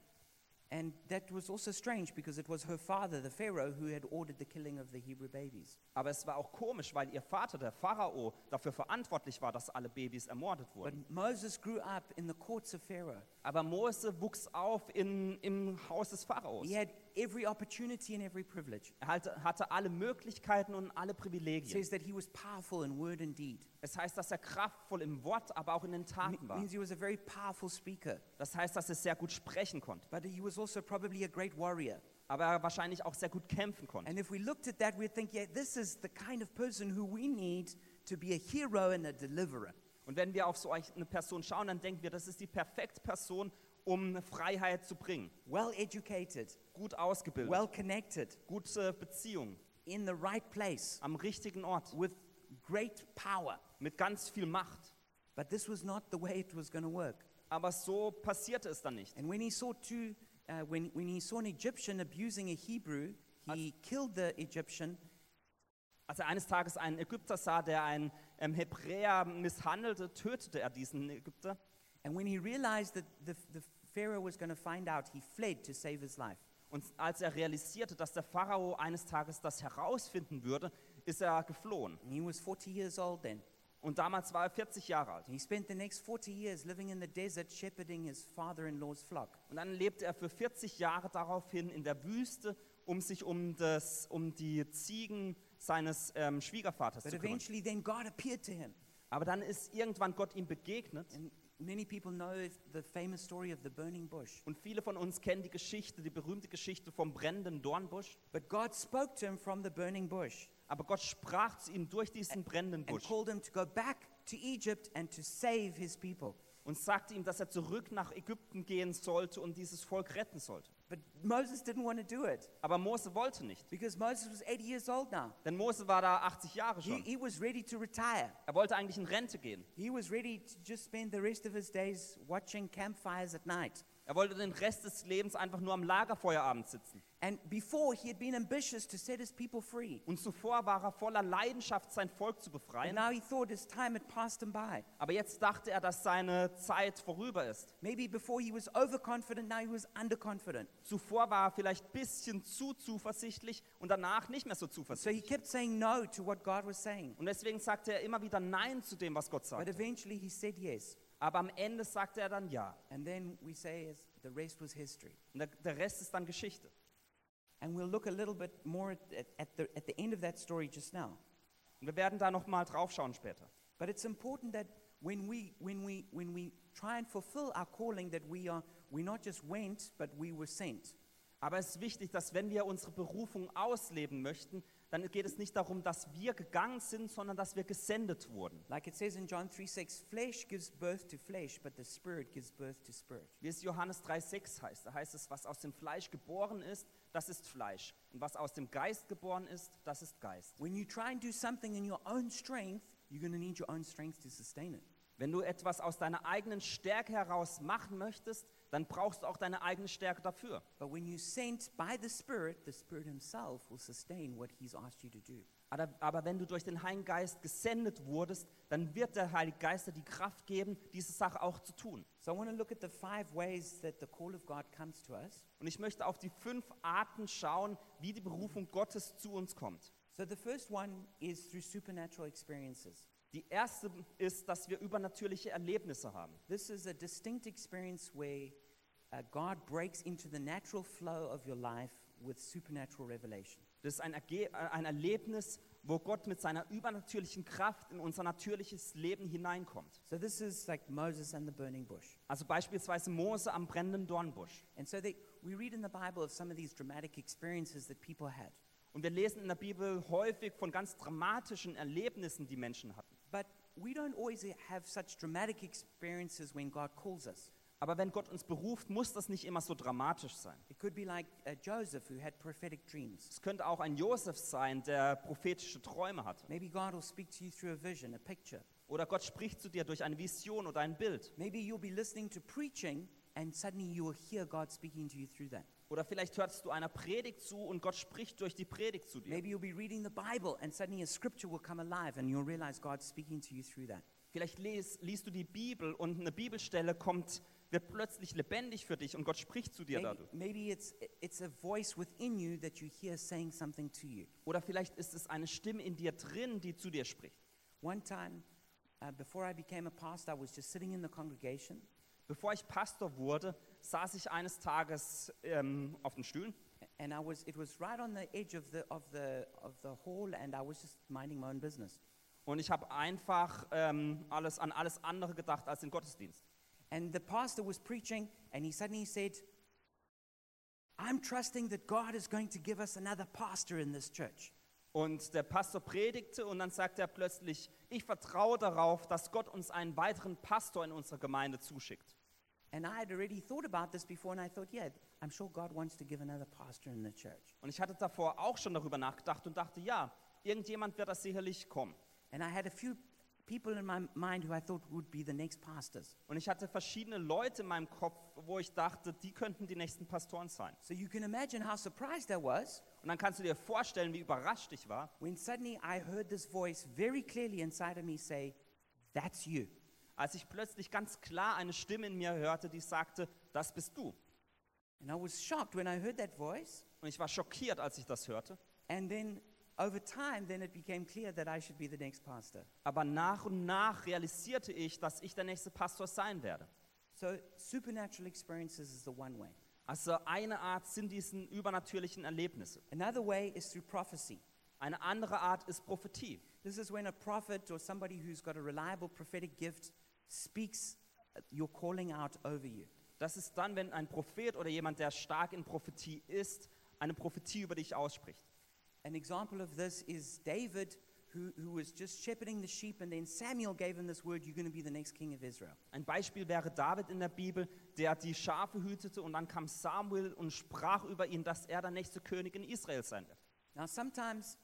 [SPEAKER 1] And that was also strange because it was her father, the Pharaoh, who had ordered the killing of the Hebrew babies.
[SPEAKER 2] Aber es war auch komisch, weil ihr Vater, der Pharao, dafür verantwortlich war, dass alle Babys ermordet
[SPEAKER 1] But
[SPEAKER 2] wurden.
[SPEAKER 1] Moses grew up in the courts of Pharaoh.
[SPEAKER 2] Aber Mose wuchs auf in, im Haus des Pharaos.
[SPEAKER 1] He had every opportunity and every privilege.
[SPEAKER 2] Er hatte, hatte alle Möglichkeiten und alle
[SPEAKER 1] It
[SPEAKER 2] Privilegien.
[SPEAKER 1] says that he was powerful in word and deed.
[SPEAKER 2] Es heißt, dass er kraftvoll im Wort, aber auch in den
[SPEAKER 1] Me-
[SPEAKER 2] Taten war.
[SPEAKER 1] means he was a very powerful speaker,
[SPEAKER 2] Das heißt, dass er sehr gut sprechen konnte,
[SPEAKER 1] but he was also probably a great warrior.
[SPEAKER 2] aber er wahrscheinlich auch sehr gut kämpfen konnte.
[SPEAKER 1] And if we looked at that, we'd think, yeah, this is the kind of person who we need to be a hero and a deliverer.
[SPEAKER 2] Und wenn wir auf so eine Person schauen, dann denken wir, das ist die perfekte Person, um Freiheit zu bringen.
[SPEAKER 1] Well educated,
[SPEAKER 2] Gut ausgebildet,
[SPEAKER 1] well connected,
[SPEAKER 2] gute Beziehungen,
[SPEAKER 1] in the right place,
[SPEAKER 2] am richtigen Ort,
[SPEAKER 1] with great power.
[SPEAKER 2] mit ganz viel Macht.
[SPEAKER 1] But this was not the way it was going to work.
[SPEAKER 2] Aber so passierte es dann nicht.
[SPEAKER 1] And when he saw two, uh, when, when he saw an Egyptian abusing a Hebrew, He killed the Egyptian
[SPEAKER 2] Als er eines Tages einen Ägypter sah, der einen ähm, Hebräer misshandelte, tötete er diesen Ägypter.
[SPEAKER 1] And when he realized that the, the Pharaoh was going to find out, he fled to save his life.
[SPEAKER 2] Und als er realisierte, dass der Pharao eines Tages das herausfinden würde, ist er geflohen.
[SPEAKER 1] And he was 40 years old then.
[SPEAKER 2] Und damals war er 40 Jahre alt.
[SPEAKER 1] And he spent the next 40 years living in the desert, shepherding his father in law's flock.
[SPEAKER 2] Und dann lebte er für 40 Jahre daraufhin in der Wüste, um sich um, das, um die Ziegen seines ähm, Schwiegervaters
[SPEAKER 1] But
[SPEAKER 2] zu kümmern.
[SPEAKER 1] eventually, then God appeared to him.
[SPEAKER 2] Aber dann ist irgendwann Gott ihm begegnet.
[SPEAKER 1] And many people know if- the famous story of the burning bush.
[SPEAKER 2] Und viele von uns kennen die Geschichte, die berühmte Geschichte vom brennenden Dornbusch.
[SPEAKER 1] But God spoke to him from the burning bush
[SPEAKER 2] Aber Gott sprach zu ihm durch diesen brennenden
[SPEAKER 1] and
[SPEAKER 2] Busch
[SPEAKER 1] called him to go back to Egypt and to save his people.
[SPEAKER 2] und sagte ihm, dass er zurück nach Ägypten gehen sollte und dieses Volk retten sollte.
[SPEAKER 1] But Moses didn't want to do it
[SPEAKER 2] Aber Mose wollte nicht,
[SPEAKER 1] because Moses was 80 years old now.
[SPEAKER 2] denn Mose war da 80 Jahre
[SPEAKER 1] He,
[SPEAKER 2] schon.
[SPEAKER 1] he was ready to retire.
[SPEAKER 2] Er wollte eigentlich in Rente gehen.
[SPEAKER 1] He was ready to just spend the rest of his days watching campfires at night.
[SPEAKER 2] Er wollte den Rest des Lebens einfach nur am Lagerfeuer abends sitzen.
[SPEAKER 1] And before, he had been ambitious to set his people free.
[SPEAKER 2] Und zuvor war er voller Leidenschaft, sein Volk zu
[SPEAKER 1] And
[SPEAKER 2] befreien.
[SPEAKER 1] now he thought his time had passed him by.
[SPEAKER 2] Aber jetzt dachte er, dass seine Zeit vorüber ist.
[SPEAKER 1] Maybe before he was overconfident, now he was underconfident.
[SPEAKER 2] Zuvor war er vielleicht ein bisschen zu zuversichtlich und danach nicht mehr so
[SPEAKER 1] So he
[SPEAKER 2] zuversichtlich.
[SPEAKER 1] kept saying no to what God was saying.
[SPEAKER 2] Und deswegen sagte er immer wieder Nein zu dem, was Gott
[SPEAKER 1] But
[SPEAKER 2] sagt.
[SPEAKER 1] eventually he said yes.
[SPEAKER 2] Aber am Ende sagte er dann Ja.
[SPEAKER 1] And then we say is the rest was history.
[SPEAKER 2] Und der, der Rest ist dann Geschichte.
[SPEAKER 1] And we'll look a little bit more at, at, at the, at the end of that story just now.
[SPEAKER 2] Und wir werden da nochmal drauf schauen später.
[SPEAKER 1] But it's important that when we, when we, when we try and fulfill our calling, that we are, we not just went, but we were sent.
[SPEAKER 2] Aber es ist wichtig, dass wenn wir unsere Berufung ausleben möchten, dann geht es nicht darum, dass wir gegangen sind, sondern dass wir gesendet wurden.
[SPEAKER 1] Like it says in John 3 6, flesh gives birth to flesh, but the spirit gives birth to spirit.
[SPEAKER 2] Wie es Johannes 3,6 heißt, da heißt es, was aus dem Fleisch geboren ist, das ist Fleisch. Und was aus dem Geist geboren ist, das ist Geist.
[SPEAKER 1] When you try and do something in your own strength, you're going to need your own strength to sustain it.
[SPEAKER 2] Wenn du etwas aus deiner eigenen Stärke heraus machen möchtest, dann brauchst du auch deine eigene Stärke dafür.
[SPEAKER 1] But when you're sent by the Spirit, the Spirit Himself will sustain what He's asked you to do.
[SPEAKER 2] Aber, aber wenn du durch den Heiligen Geist gesendet wurdest, dann wird der Heilige Geist dir die Kraft geben, diese Sache auch zu tun.
[SPEAKER 1] So I want to look at the five ways that the call of God comes to us.
[SPEAKER 2] Und ich möchte auf die fünf Arten schauen, wie die Berufung Gottes zu uns kommt.
[SPEAKER 1] So the first one is through supernatural experiences.
[SPEAKER 2] Die erste ist, dass wir übernatürliche Erlebnisse haben.
[SPEAKER 1] This is a distinct experience where uh, God breaks into the natural flow of your life with supernatural revelation.
[SPEAKER 2] Das ist ein, Erge äh, ein Erlebnis, wo Gott mit seiner übernatürlichen Kraft in unser natürliches Leben hineinkommt.
[SPEAKER 1] So this is like Moses and the burning bush.
[SPEAKER 2] Also beispielsweise Mose am brennenden Dornbusch.
[SPEAKER 1] And so they, we read in the Bible of some of these dramatic experiences that people had.
[SPEAKER 2] Und wir lesen in der Bibel häufig von ganz dramatischen Erlebnissen, die Menschen hatten.
[SPEAKER 1] But we don't always have such dramatic experiences when God calls us.
[SPEAKER 2] Aber wenn Gott uns beruft, muss das nicht immer so dramatisch sein.
[SPEAKER 1] It could be like uh, Joseph who had prophetic dreams.
[SPEAKER 2] Es könnte auch ein Josef sein, der prophetische Träume hatte.
[SPEAKER 1] Maybe God will speak to you through a vision, a picture.
[SPEAKER 2] Oder Gott spricht zu dir durch eine Vision oder ein Bild.
[SPEAKER 1] Maybe you'll be listening to preaching and suddenly you will hear God speaking to you through that.
[SPEAKER 2] Oder vielleicht hörst du einer Predigt zu und Gott spricht durch die Predigt zu dir.
[SPEAKER 1] Maybe you'll be reading the Bible and suddenly a scripture will come alive and you'll realize God's speaking to you through that.
[SPEAKER 2] Vielleicht les, liest du die Bibel und eine Bibelstelle kommt, wird plötzlich lebendig für dich und Gott spricht zu dir
[SPEAKER 1] Maybe,
[SPEAKER 2] dadurch.
[SPEAKER 1] maybe it's, it's a voice within you that you hear saying something to you.
[SPEAKER 2] Oder vielleicht ist es eine Stimme in dir drin, die zu dir spricht.
[SPEAKER 1] One time, uh, before I became a pastor, I was just sitting in the congregation
[SPEAKER 2] Bevor ich Pastor wurde, saß ich eines Tages ähm, auf den Stühlen
[SPEAKER 1] and I was, it was right on the edge of the, of, the, of the hall and I was just minding my own business.
[SPEAKER 2] und ich habe einfach ähm, alles, an alles andere gedacht als den Gottesdienst.
[SPEAKER 1] And the pastor was preaching, and he suddenly said, I'm trusting that God is going to give us another pastor in this church.
[SPEAKER 2] Und der Pastor predigte und dann sagte er plötzlich, ich vertraue darauf, dass Gott uns einen weiteren Pastor in unsere Gemeinde zuschickt.
[SPEAKER 1] And I had already thought about this before, and I thought, yeah, I'm sure God wants to give another pastor in the church.
[SPEAKER 2] Und ich hatte davor auch schon darüber nachgedacht und dachte, ja, irgendjemand wird das sicherlich kommen.
[SPEAKER 1] And I had a few people in my mind who I thought would be the next pastors.
[SPEAKER 2] Und ich hatte verschiedene Leute in meinem Kopf, wo ich dachte, die könnten die nächsten Pastoren sein.
[SPEAKER 1] So you can imagine how surprised I was
[SPEAKER 2] Und dann kannst du dir vorstellen, wie überrascht ich war,
[SPEAKER 1] when suddenly I heard this voice very clearly inside of me say, That's you.
[SPEAKER 2] als ich plötzlich ganz klar eine Stimme in mir hörte, die sagte, das bist du.
[SPEAKER 1] And I was shocked when I heard that voice.
[SPEAKER 2] Und ich war schockiert, als ich das hörte.
[SPEAKER 1] And then over time, then it became clear that I should be the next pastor.
[SPEAKER 2] Aber nach und nach realisierte ich, dass ich der nächste Pastor sein werde.
[SPEAKER 1] So supernatural experiences is the one way.
[SPEAKER 2] Also eine Art sind diese übernatürlichen Erlebnisse.
[SPEAKER 1] Another way is through prophecy.
[SPEAKER 2] Eine andere Art ist Prophetie.
[SPEAKER 1] This is when a prophet or somebody who's got a reliable prophetic gift speaks uh, your calling out over you.
[SPEAKER 2] Das ist dann, wenn ein Prophet oder jemand, der stark in Prophetie ist, eine Prophetie über dich ausspricht.
[SPEAKER 1] An example of this is David, who, who was just shepherding the sheep, and then Samuel gave him this word, You're going to be the next king of Israel.
[SPEAKER 2] Ein Beispiel wäre David in der Bibel, der die Schafe hütete und dann kam Samuel und sprach über ihn, dass er der nächste König in Israel sein wird.
[SPEAKER 1] Now, sometimes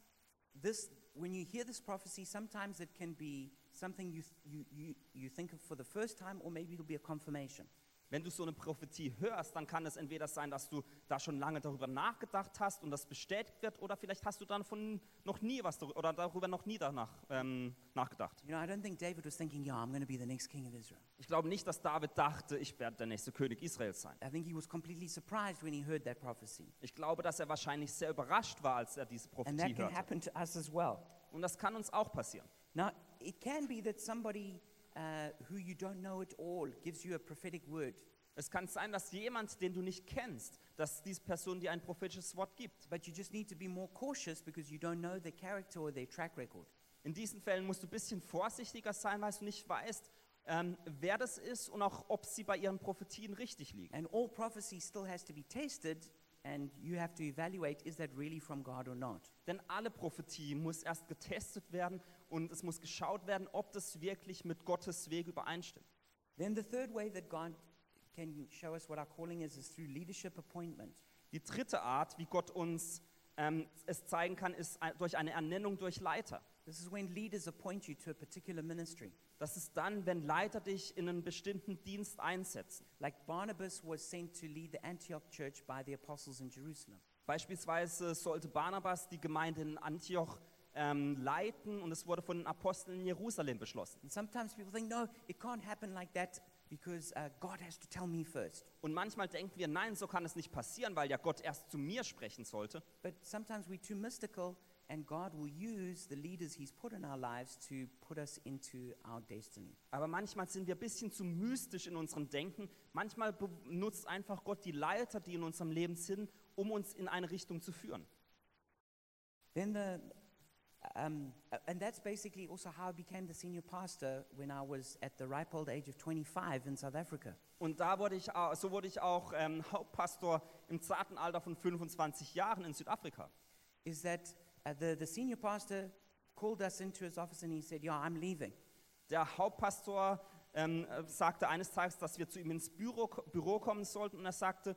[SPEAKER 1] this, when you hear this prophecy, sometimes it can be something you, you, you, you think of for the first time, or maybe it'll be a confirmation.
[SPEAKER 2] Wenn du so eine Prophetie hörst, dann kann es entweder sein, dass du da schon lange darüber nachgedacht hast und das bestätigt wird, oder vielleicht hast du dann von noch nie was darüber, oder darüber noch nie danach ähm, nachgedacht.
[SPEAKER 1] You know, I don't think David was thinking, Yeah, I'm going to be the next king of Israel.
[SPEAKER 2] Ich glaube nicht, dass David dachte, ich werde der nächste König Israels sein.
[SPEAKER 1] I think he was completely surprised when he heard that prophecy.
[SPEAKER 2] Ich glaube, dass er wahrscheinlich sehr überrascht war, als er diese
[SPEAKER 1] And that
[SPEAKER 2] Prophetie
[SPEAKER 1] can
[SPEAKER 2] hörte.
[SPEAKER 1] happen to us as well.
[SPEAKER 2] Und das kann uns auch passieren.
[SPEAKER 1] Now, it can be that somebody uh, who you don't know at all gives you a prophetic word,
[SPEAKER 2] Es kann sein, dass jemand, den du nicht kennst, dass diese Person dir ein prophetisches Wort gibt.
[SPEAKER 1] but you just need to be more cautious because you don't know their character or their track record.
[SPEAKER 2] In diesen Fällen musst du ein bisschen vorsichtiger sein, weil du nicht weißt, ähm, wer das ist und auch, ob sie bei ihren Prophetien richtig liegen.
[SPEAKER 1] And all prophecy still has to be tested, and you have to evaluate is that really from God or not?
[SPEAKER 2] Denn alle Prophetie muss erst getestet werden und es muss geschaut werden, ob das wirklich mit Gottes Weg übereinstimmt.
[SPEAKER 1] Then the third way that God can show us what our calling is is through leadership appointment.
[SPEAKER 2] Die dritte Art, wie Gott uns ähm, es zeigen kann, ist ein- durch eine Ernennung durch Leiter.
[SPEAKER 1] This is when leaders appoint you to a particular ministry.
[SPEAKER 2] Das ist dann, wenn Leiter dich in einen bestimmten Dienst einsetzen.
[SPEAKER 1] Like Barnabas was sent to lead the Antioch church by the apostles in Jerusalem.
[SPEAKER 2] Beispielsweise sollte Barnabas die Gemeinde in Antioch ähm, leiten und es wurde von den Aposteln in Jerusalem beschlossen.
[SPEAKER 1] And sometimes people think, no, it can't happen like that because uh, God has to tell me first.
[SPEAKER 2] Und manchmal denken wir, nein, so kann es nicht passieren, weil ja Gott erst zu mir sprechen sollte.
[SPEAKER 1] But sometimes we're too mystical, and God will use the leaders He's put in our lives to put us into our destiny.
[SPEAKER 2] Aber manchmal sind wir ein bisschen zu mystisch in unserem Denken. Manchmal benutzt einfach Gott die Leiter, die in unserem Leben sind, um uns in eine Richtung zu führen.
[SPEAKER 1] Then the, um, uh, and that's basically also how I became the senior pastor when I was at the ripe old age of 25 in South Africa.
[SPEAKER 2] Und da wurde ich, au- so wurde ich auch ähm, Hauptpastor im zarten Alter von 25 Jahren in Südafrika.
[SPEAKER 1] Is that uh, the, the senior pastor called us into his office and he said, Yeah, I'm leaving.
[SPEAKER 2] Der Hauptpastor ähm, äh, sagte eines Tages, dass wir zu ihm ins Büro, ko- Büro kommen sollten und er sagte,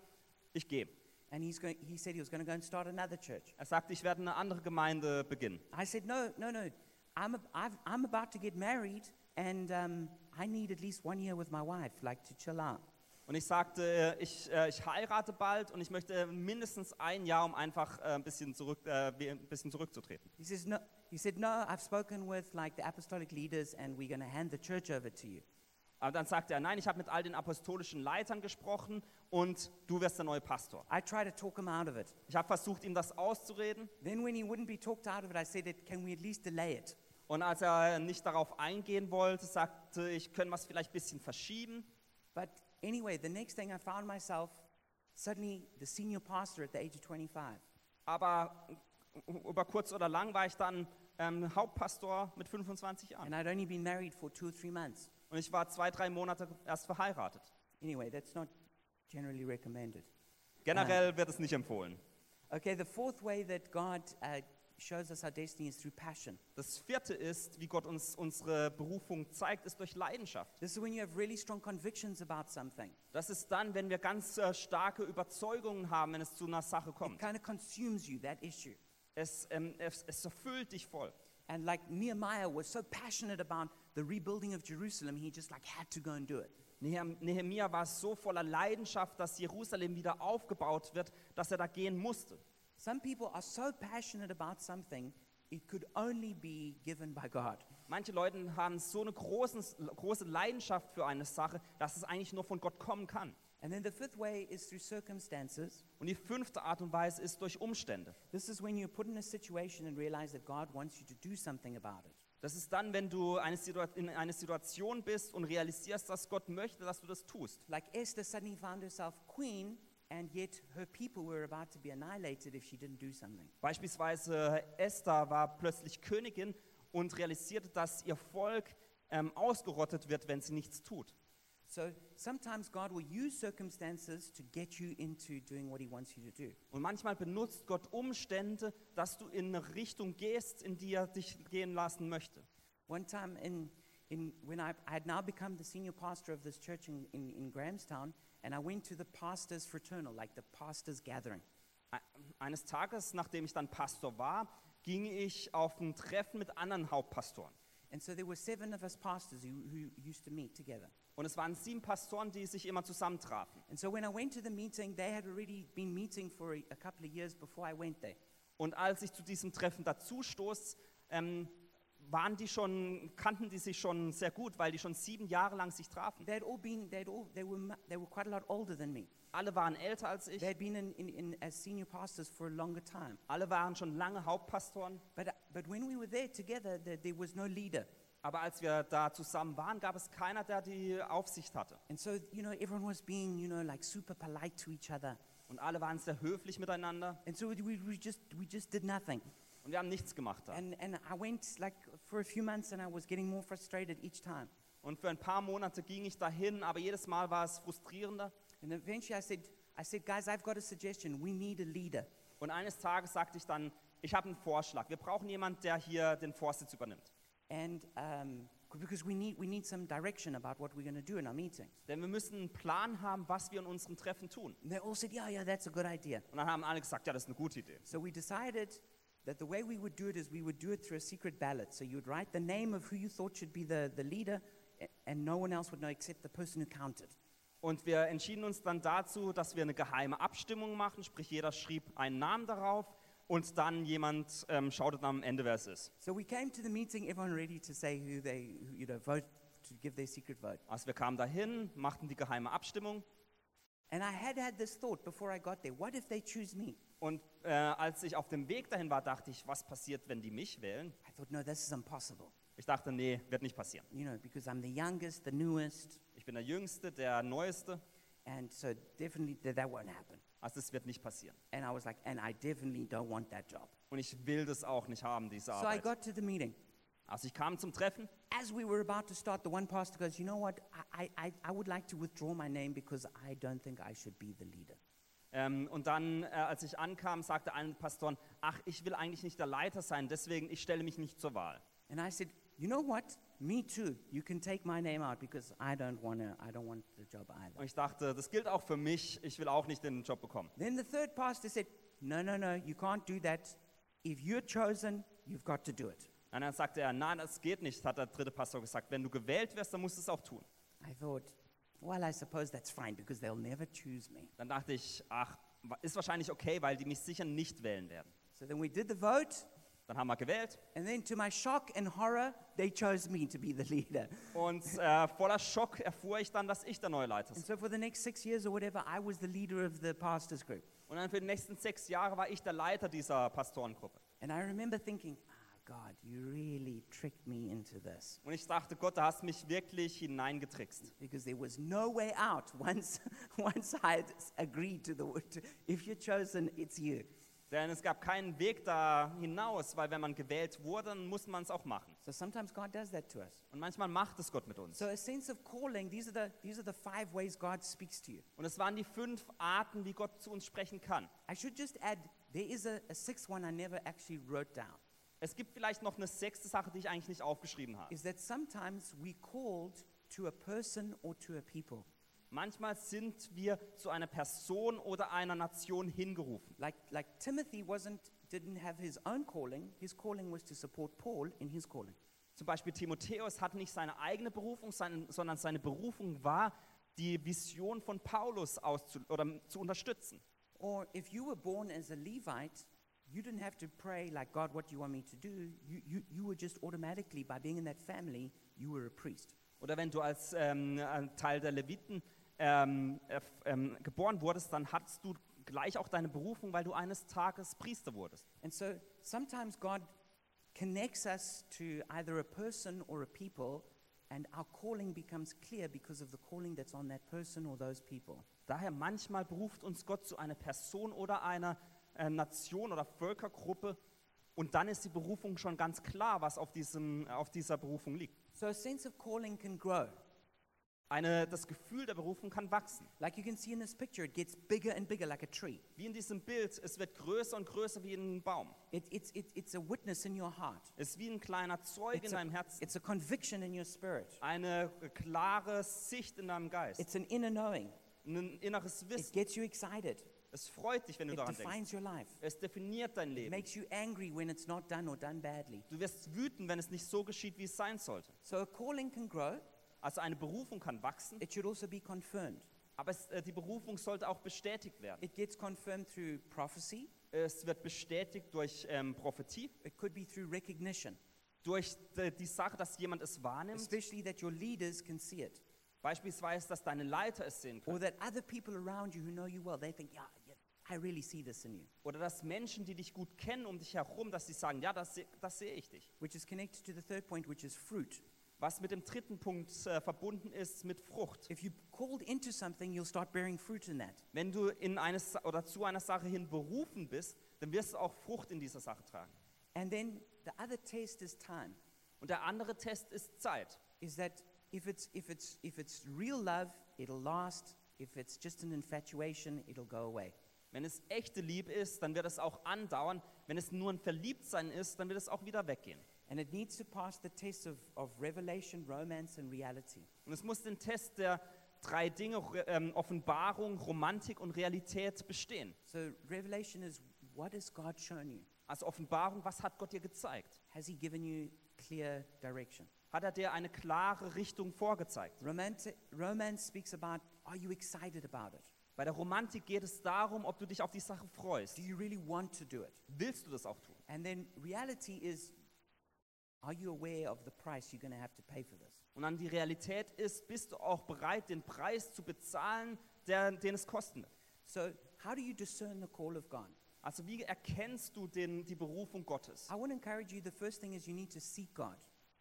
[SPEAKER 2] ich gehe.
[SPEAKER 1] And he's going, he said he was going to go and start another church.
[SPEAKER 2] Er sagte, ich werde eine andere Gemeinde beginnen.
[SPEAKER 1] I said, no, no, no. I'm, a, I've, I'm about to get married and um, I need at least one year with my wife, like to chill out.
[SPEAKER 2] Und ich sagte, äh, ich, äh, ich heirate bald und ich möchte mindestens ein Jahr, um einfach äh, ein, bisschen zurück, äh, wie- ein bisschen zurückzutreten.
[SPEAKER 1] He, says, no, he said, no, I've spoken with like the apostolic leaders and we're going to hand the church over to you.
[SPEAKER 2] Aber dann sagte er, nein, ich habe mit all den apostolischen Leitern gesprochen und du wirst der neue Pastor.
[SPEAKER 1] I tried to talk him out of it.
[SPEAKER 2] Ich habe versucht, ihm das auszureden
[SPEAKER 1] Then when he wouldn't be talked out of it, I said, it, can we at least delay it?
[SPEAKER 2] und als er nicht darauf eingehen wollte, sagte ich, können wir es vielleicht ein bisschen verschieben.
[SPEAKER 1] But anyway, the next thing I found myself suddenly the senior pastor at the age of 25.
[SPEAKER 2] Aber über kurz oder lang war ich dann ähm, Hauptpastor mit 25
[SPEAKER 1] And
[SPEAKER 2] Jahren.
[SPEAKER 1] I'd only been married for two or three months.
[SPEAKER 2] Und ich war zwei, drei Monate erst verheiratet.
[SPEAKER 1] Anyway, that's not generally recommended.
[SPEAKER 2] Generell wird es nicht empfohlen.
[SPEAKER 1] Okay, the fourth way that God uh, shows us our destiny is through passion.
[SPEAKER 2] Das vierte ist, wie Gott uns unsere Berufung zeigt, ist durch Leidenschaft.
[SPEAKER 1] This is when you have really strong convictions about something.
[SPEAKER 2] Das ist dann, wenn wir ganz äh, starke Überzeugungen haben, wenn es zu einer Sache
[SPEAKER 1] It
[SPEAKER 2] kommt.
[SPEAKER 1] kind of consumes you, that issue.
[SPEAKER 2] Es, ähm, es, es erfüllt dich voll.
[SPEAKER 1] And like Nehemiah was so passionate about the rebuilding of Jerusalem, he just like had to go and do it.
[SPEAKER 2] Nehem- Nehemia war so voller Leidenschaft, dass Jerusalem wieder aufgebaut wird, dass er da gehen musste.
[SPEAKER 1] Some people are so passionate about something, it could only be given by God.
[SPEAKER 2] Manche Leute haben so eine großen, große Leidenschaft für eine Sache, dass es eigentlich nur von Gott kommen kann.
[SPEAKER 1] And then the fifth way is through circumstances.
[SPEAKER 2] Und die fünfte Art und Weise ist durch Umstände.
[SPEAKER 1] This is when you're put in a situation and realize that God wants you to do something about it.
[SPEAKER 2] Das ist dann, wenn du eine Situa- in einer Situation bist und realisierst, dass Gott möchte, dass du das tust.
[SPEAKER 1] Like Esther suddenly found herself queen, and yet her people were about to be annihilated if she didn't do something.
[SPEAKER 2] Beispielsweise Esther war plötzlich Königin und realisierte, dass ihr Volk ähm, ausgerottet wird, wenn sie nichts tut.
[SPEAKER 1] So sometimes God will use circumstances to get you into doing what He wants you to do.
[SPEAKER 2] Und manchmal benutzt Gott Umstände, dass du in eine Richtung gehst, in die er dich gehen lassen möchte.
[SPEAKER 1] One time, in, in, when I, I had now become the senior pastor of this church in, in, in Grahamstown, and I went to the pastors' fraternal, like the pastors' gathering.
[SPEAKER 2] E- Eines Tages, nachdem ich dann Pastor war, ging ich auf ein Treffen mit anderen Hauptpastoren.
[SPEAKER 1] And so there were seven of us pastors who, who used to meet together.
[SPEAKER 2] Und es waren sieben Pastoren, die sich immer zusammentrafen.
[SPEAKER 1] And so when I went to the meeting, they had already been meeting for a, a couple of years before I went there.
[SPEAKER 2] Und als ich zu diesem Treffen dazu stoß, ähm, waren die schon, kannten die sich schon sehr gut, weil die schon sieben Jahre lang sich trafen.
[SPEAKER 1] They'd all been, they'd all, they were, mu- they were quite a lot older than me.
[SPEAKER 2] Alle waren älter als ich,
[SPEAKER 1] They'd been in, in, in, as senior pastors for a longer time.
[SPEAKER 2] alle waren schon lange Hauptpastoren.
[SPEAKER 1] But, but when we were there together, there, there was no leader.
[SPEAKER 2] Aber als wir da zusammen waren, gab es keiner, der die Aufsicht hatte.
[SPEAKER 1] And so, you know, everyone was being, you know, like super polite to each other.
[SPEAKER 2] Und alle waren sehr höflich miteinander
[SPEAKER 1] And so we, we, just, we just did nothing.
[SPEAKER 2] und wir haben nichts gemacht da.
[SPEAKER 1] And, and I went like for a few months and I was getting more frustrated each time.
[SPEAKER 2] Und für ein paar Monate ging ich dahin, aber jedes Mal war es frustrierender.
[SPEAKER 1] And eventually I said, I said, guys, I've got a suggestion. We need a leader.
[SPEAKER 2] Und eines Tages sagte ich dann, ich habe einen Vorschlag. Wir brauchen jemanden, der hier den Vorsitz übernimmt.
[SPEAKER 1] And um, c- because we need, we need some direction about what we're going to do in our meeting.
[SPEAKER 2] Denn wir müssen einen Plan haben, was wir in unserem Treffen tun.
[SPEAKER 1] And they all said, yeah, yeah, that's a good idea.
[SPEAKER 2] Und dann haben alle gesagt, ja, das ist eine gute Idee.
[SPEAKER 1] So we decided that the way we would do it is we would do it through a secret ballot. So you would write the name of who you thought should be the, the leader, a- and no one else would know except the person who counted.
[SPEAKER 2] Und wir entschieden uns dann dazu, dass wir eine geheime Abstimmung machen, sprich jeder schrieb einen Namen darauf und dann jemand ähm, schaute dann am Ende, wer es ist.
[SPEAKER 1] So we came to the meeting, everyone ready to say who they, who, you know, vote, to give their secret vote.
[SPEAKER 2] Also wir kamen dahin, machten die geheime Abstimmung
[SPEAKER 1] And I had had this thought before I got there what if they choose me?
[SPEAKER 2] und äh, als ich auf dem Weg dahin war, dachte ich, was passiert, wenn die mich wählen?
[SPEAKER 1] I thought, no, this is impossible,
[SPEAKER 2] Ich dachte, nee, wird nicht passieren.
[SPEAKER 1] you know, because I'm the youngest, the newest,
[SPEAKER 2] Ich bin der Jüngste, der Neueste,
[SPEAKER 1] and so definitely that, that won't happen.
[SPEAKER 2] also es wird nicht passieren.
[SPEAKER 1] And I was like, and I definitely don't want that job.
[SPEAKER 2] Und ich will das auch nicht haben, diese
[SPEAKER 1] So I
[SPEAKER 2] Arbeit.
[SPEAKER 1] got to the meeting.
[SPEAKER 2] Also ich kam zum Treffen
[SPEAKER 1] As we were about to start, the one pastor goes, You know what? I, I- I, I would like to withdraw my name because I don't think I should be the leader.
[SPEAKER 2] Ähm, und dann, äh, als ich ankam, sagte ein Pastor, ach, ich will eigentlich nicht der Leiter sein, deswegen, ich stelle mich nicht zur Wahl.
[SPEAKER 1] And I said, You know what? Me too. You can take my name out because I don't, wanna, I don't want the job
[SPEAKER 2] Und
[SPEAKER 1] either.
[SPEAKER 2] ich dachte, das gilt auch für mich, ich will auch nicht den Job bekommen.
[SPEAKER 1] Then the third pastor said, No, no, no, you can't do that. If you're chosen, you've got to do it.
[SPEAKER 2] Und dann sagte er, nein, das geht nicht, hat der dritte Pastor gesagt. Wenn du gewählt wirst, dann musst du es auch tun.
[SPEAKER 1] I thought, Well, I suppose that's fine because they'll never choose me.
[SPEAKER 2] Dann dachte ich, ach, wa- ist wahrscheinlich okay, weil die mich sicher nicht wählen werden.
[SPEAKER 1] So then we did the vote,
[SPEAKER 2] Dann haben wir gewählt
[SPEAKER 1] and then to my shock and horror, they chose me to be the leader.
[SPEAKER 2] und äh, voller Schock erfuhr ich dann, dass ich der neue Leiter
[SPEAKER 1] And
[SPEAKER 2] bin.
[SPEAKER 1] so for the next six years or whatever, I was the leader of the pastors group.
[SPEAKER 2] Und dann für die nächsten sechs Jahre war ich der Leiter dieser Pastorengruppe.
[SPEAKER 1] And I remember thinking, ah, God, you really tricked me into this.
[SPEAKER 2] Und ich dachte, Gott, da hast du mich wirklich hineingetrickst.
[SPEAKER 1] Because there was no way out once, once I had s- agreed to the word. to- If you're chosen, it's you.
[SPEAKER 2] Denn es gab keinen Weg da hinaus, weil wenn man gewählt wurde, dann muss man es auch machen.
[SPEAKER 1] So sometimes God does that to us.
[SPEAKER 2] Und manchmal macht es Gott mit uns.
[SPEAKER 1] So a sense of calling, these are the, these are the five ways God speaks to you.
[SPEAKER 2] Und es waren die fünf Arten, wie Gott zu uns sprechen kann.
[SPEAKER 1] I should just add, there is a, a sixth one I never actually wrote down,
[SPEAKER 2] Es gibt vielleicht noch eine sechste Sache, die ich eigentlich nicht aufgeschrieben habe.
[SPEAKER 1] is that sometimes we called to a person or to a people.
[SPEAKER 2] Manchmal sind wir zu einer Person oder einer Nation hingerufen.
[SPEAKER 1] Like, like Timothy wasn't, didn't have his own calling, his calling was to support Paul in his calling.
[SPEAKER 2] Zum Beispiel Timotheus hat nicht seine eigene Berufung, sein- sondern seine Berufung war, die Vision von Paulus auszu oder zu unterstützen.
[SPEAKER 1] Or if you were born as a Levite, you didn't have to pray, like, God, what do you want me to do? You, you, you were just automatically, by being in that family, you were a priest.
[SPEAKER 2] Oder wenn du als ähm, ein Teil der Leviten ähm, erf- ähm, geboren wurdest, dann hattest du gleich auch deine Berufung, weil du eines Tages Priester wurdest.
[SPEAKER 1] And so sometimes God connects us to either a person or a people, and our calling becomes clear because of the calling that's on that person or those people.
[SPEAKER 2] Daher manchmal beruft uns Gott zu einer Person oder einer äh, Nation oder Völkergruppe und dann ist die Berufung schon ganz klar, was auf, diesem, auf dieser Berufung liegt.
[SPEAKER 1] So a sense of calling can grow.
[SPEAKER 2] Eine, das Gefühl der Berufung kann wachsen.
[SPEAKER 1] Like you can see in this picture, it gets bigger and bigger like a tree.
[SPEAKER 2] Wie in diesem Bild, es wird größer und größer wie ein Baum.
[SPEAKER 1] It, it's, it, it's a witness in your heart,
[SPEAKER 2] Es ist wie ein kleiner Zeuge
[SPEAKER 1] It's
[SPEAKER 2] in
[SPEAKER 1] a-
[SPEAKER 2] deinem Herzen.
[SPEAKER 1] it's a conviction in your spirit,
[SPEAKER 2] Eine klare Sicht in deinem Geist.
[SPEAKER 1] it's an inner knowing.
[SPEAKER 2] Ein inneres
[SPEAKER 1] It
[SPEAKER 2] Wissen.
[SPEAKER 1] gets you excited,
[SPEAKER 2] Es freut dich, wenn du
[SPEAKER 1] it
[SPEAKER 2] daran denkst.
[SPEAKER 1] defines your life,
[SPEAKER 2] Es definiert dein
[SPEAKER 1] it
[SPEAKER 2] Leben.
[SPEAKER 1] makes you angry when it's not done or done badly.
[SPEAKER 2] Du wirst wütend, wenn es nicht so geschieht, wie es sein sollte.
[SPEAKER 1] So a calling can grow,
[SPEAKER 2] Also eine Berufung kann wachsen.
[SPEAKER 1] it should also be confirmed.
[SPEAKER 2] Aber es, äh, die Berufung sollte auch bestätigt werden.
[SPEAKER 1] It gets confirmed through prophecy.
[SPEAKER 2] Es wird bestätigt durch ähm, Prophetie,
[SPEAKER 1] It could be through recognition,
[SPEAKER 2] durch äh, die, die Sache, dass jemand es wahrnimmt.
[SPEAKER 1] especially that your leaders can see it,
[SPEAKER 2] Beispielsweise, dass deine Leiter es sehen
[SPEAKER 1] or
[SPEAKER 2] können.
[SPEAKER 1] that other people around you who know you well, they think, yeah, yeah I really see this in you,
[SPEAKER 2] Oder dass Menschen, die dich gut kennen, um dich herum, dass sie sagen, ja, das, se- das sehe ich dich.
[SPEAKER 1] which is connected to the third point, which is fruit.
[SPEAKER 2] Was mit dem dritten Punkt äh, verbunden ist, mit Frucht.
[SPEAKER 1] If you're called into something, you'll start bearing fruit in that.
[SPEAKER 2] Wenn du in eine, Sa- oder zu einer Sache hin berufen bist, dann wirst du auch Frucht in dieser Sache tragen.
[SPEAKER 1] And then the other test is time,
[SPEAKER 2] Und der andere Test ist Zeit.
[SPEAKER 1] is that if it's, if it's, if it's real love, it'll last. If it's just an infatuation, it'll go away.
[SPEAKER 2] Wenn es echte Liebe ist, dann wird es auch andauern. Wenn es nur ein Verliebtsein ist, dann wird es auch wieder weggehen.
[SPEAKER 1] And it needs to pass the test of, of revelation, romance, and reality.
[SPEAKER 2] Und es muss den Test der drei Dinge, Re- ähm, Offenbarung, Romantik und Realität bestehen.
[SPEAKER 1] So, revelation is what has God shown you?
[SPEAKER 2] Also Offenbarung, was hat Gott dir gezeigt?
[SPEAKER 1] Has He given you clear direction?
[SPEAKER 2] Hat er dir eine klare Richtung vorgezeigt?
[SPEAKER 1] Romantic, romance speaks about are you excited about it?
[SPEAKER 2] Bei der Romantik geht es darum, ob du dich auf die Sache freust.
[SPEAKER 1] Do you really want to do it?
[SPEAKER 2] Willst du das auch tun?
[SPEAKER 1] And then reality is are you aware of the price you're going to have to pay for this?
[SPEAKER 2] Und dann die Realität ist, bist du auch bereit, den Preis zu bezahlen, der, den es kosten wird?
[SPEAKER 1] So, how do you discern the call of God?
[SPEAKER 2] Also wie erkennst du den, die Berufung Gottes?
[SPEAKER 1] I want to encourage you the first thing is you need to seek God.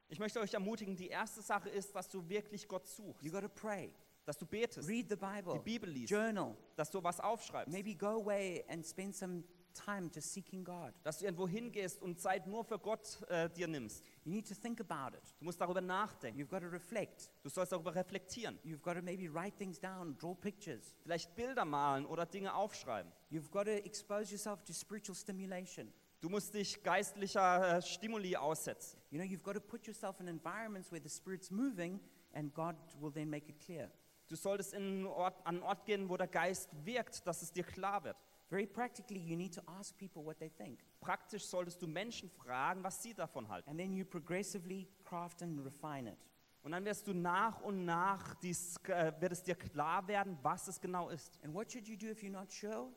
[SPEAKER 2] Ich möchte euch ermutigen, die erste Sache ist, dass du wirklich Gott suchst,
[SPEAKER 1] You got to pray,
[SPEAKER 2] dass du betest,
[SPEAKER 1] read the Bible,
[SPEAKER 2] die Bibel liest.
[SPEAKER 1] journal,
[SPEAKER 2] dass du was aufschreibst,
[SPEAKER 1] maybe go away and spend some time just seeking God.
[SPEAKER 2] dass du irgendwo hingehst und Zeit nur für Gott äh, dir nimmst.
[SPEAKER 1] You need to think about it.
[SPEAKER 2] Du musst darüber nachdenken,
[SPEAKER 1] You've got to reflect.
[SPEAKER 2] du sollst darüber reflektieren,
[SPEAKER 1] You've got to maybe write things down, draw pictures.
[SPEAKER 2] vielleicht Bilder malen oder Dinge aufschreiben.
[SPEAKER 1] You've got to expose yourself to spiritual stimulation.
[SPEAKER 2] Du musst dich geistlicher äh, Stimuli aussetzen.
[SPEAKER 1] You know, you've got to put yourself in environments where the Spirit's moving and God will then make it clear.
[SPEAKER 2] Du solltest in einen Ort, an einen Ort gehen, wo der Geist wirkt, dass es dir klar wird.
[SPEAKER 1] Very practically, you need to ask people what they think.
[SPEAKER 2] Praktisch solltest du Menschen fragen, was sie davon halten.
[SPEAKER 1] And then you progressively craft and refine it.
[SPEAKER 2] Und dann wirst du nach und nach, dies, äh, wird es dir klar werden, was es genau ist.
[SPEAKER 1] And what should you do if you're not sure?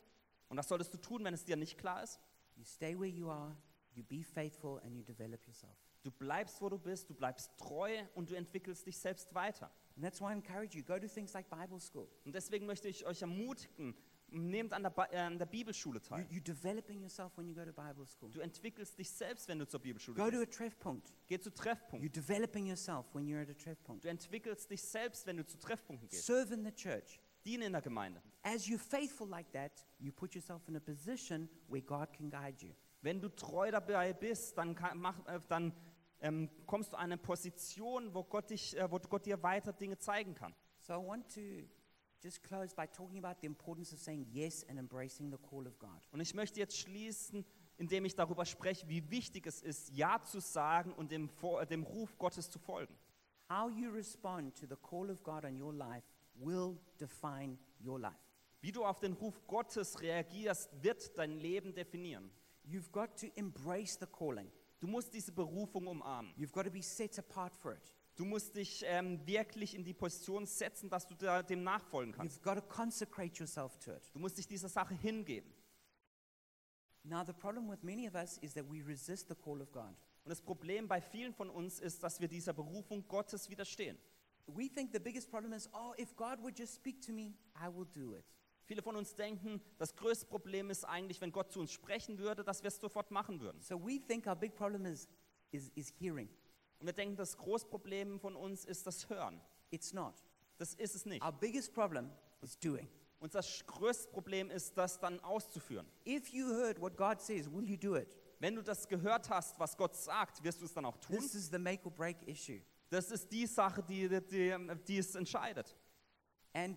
[SPEAKER 2] Und was solltest du tun, wenn es dir nicht klar ist?
[SPEAKER 1] You stay where you are, you be faithful, and you develop yourself.
[SPEAKER 2] Du bleibst, wo du bist, du bleibst treu und du entwickelst dich selbst weiter.
[SPEAKER 1] And that's why I encourage you go to things like Bible school.
[SPEAKER 2] Und deswegen möchte ich euch ermutigen, nehmt an der, Ba- äh, an der Bibelschule
[SPEAKER 1] You,
[SPEAKER 2] teil.
[SPEAKER 1] you're developing yourself when you go to Bible school.
[SPEAKER 2] Du entwickelst dich selbst, wenn du zur Bibelschule
[SPEAKER 1] Go to
[SPEAKER 2] gehst.
[SPEAKER 1] a Treffpunkt.
[SPEAKER 2] Geh zu Treffpunkten.
[SPEAKER 1] You're developing yourself when you're at a Treffpunkt.
[SPEAKER 2] Du entwickelst dich selbst, wenn du zu Treffpunkten gehst.
[SPEAKER 1] Serve in the church.
[SPEAKER 2] Diene in der Gemeinde.
[SPEAKER 1] As you're faithful like that, you put yourself in a position where God can guide you.
[SPEAKER 2] Wenn du treu dabei bist, dann, kann, mach, äh, dann ähm, kommst du an eine Position, wo Gott, dich, äh, wo Gott dir weiter Dinge zeigen kann.
[SPEAKER 1] So I want to just close by talking about the importance of saying yes and embracing the call of God.
[SPEAKER 2] Und ich möchte jetzt schließen, indem ich darüber spreche, wie wichtig es ist, Ja zu sagen und dem, Vor- äh, dem Ruf Gottes zu folgen.
[SPEAKER 1] How you respond to the call of God on your life will define your life.
[SPEAKER 2] Wie du auf den Ruf Gottes reagierst, wird dein Leben definieren.
[SPEAKER 1] You've got to embrace the calling.
[SPEAKER 2] Du musst diese Berufung umarmen.
[SPEAKER 1] You've got to be set apart for it.
[SPEAKER 2] Du musst dich ähm, wirklich in die Position setzen, dass du da dem nachfolgen kannst.
[SPEAKER 1] You've got to consecrate yourself to it.
[SPEAKER 2] Du musst dich dieser Sache hingeben.
[SPEAKER 1] Now, the problem with many of us is that we resist the call of God.
[SPEAKER 2] Und das Problem bei vielen von uns ist, dass wir dieser Berufung Gottes widerstehen.
[SPEAKER 1] We think the biggest problem is, oh, if God would just speak to me, I will do it.
[SPEAKER 2] Viele von uns denken, das größte Problem ist eigentlich, wenn Gott zu uns sprechen würde, dass wir es sofort machen würden.
[SPEAKER 1] So we think our big problem is, is, is hearing.
[SPEAKER 2] Und wir denken, das große Problem von uns ist das Hören.
[SPEAKER 1] It's not.
[SPEAKER 2] Das ist es nicht.
[SPEAKER 1] Our biggest problem is doing.
[SPEAKER 2] Unser sch- größtes Problem ist, das dann auszuführen.
[SPEAKER 1] If you heard what God says, will you do it?
[SPEAKER 2] Wenn du das gehört hast, was Gott sagt, wirst du es dann auch tun.
[SPEAKER 1] This is the make or break issue.
[SPEAKER 2] Das ist die Sache, die, die, die, die es entscheidet.
[SPEAKER 1] And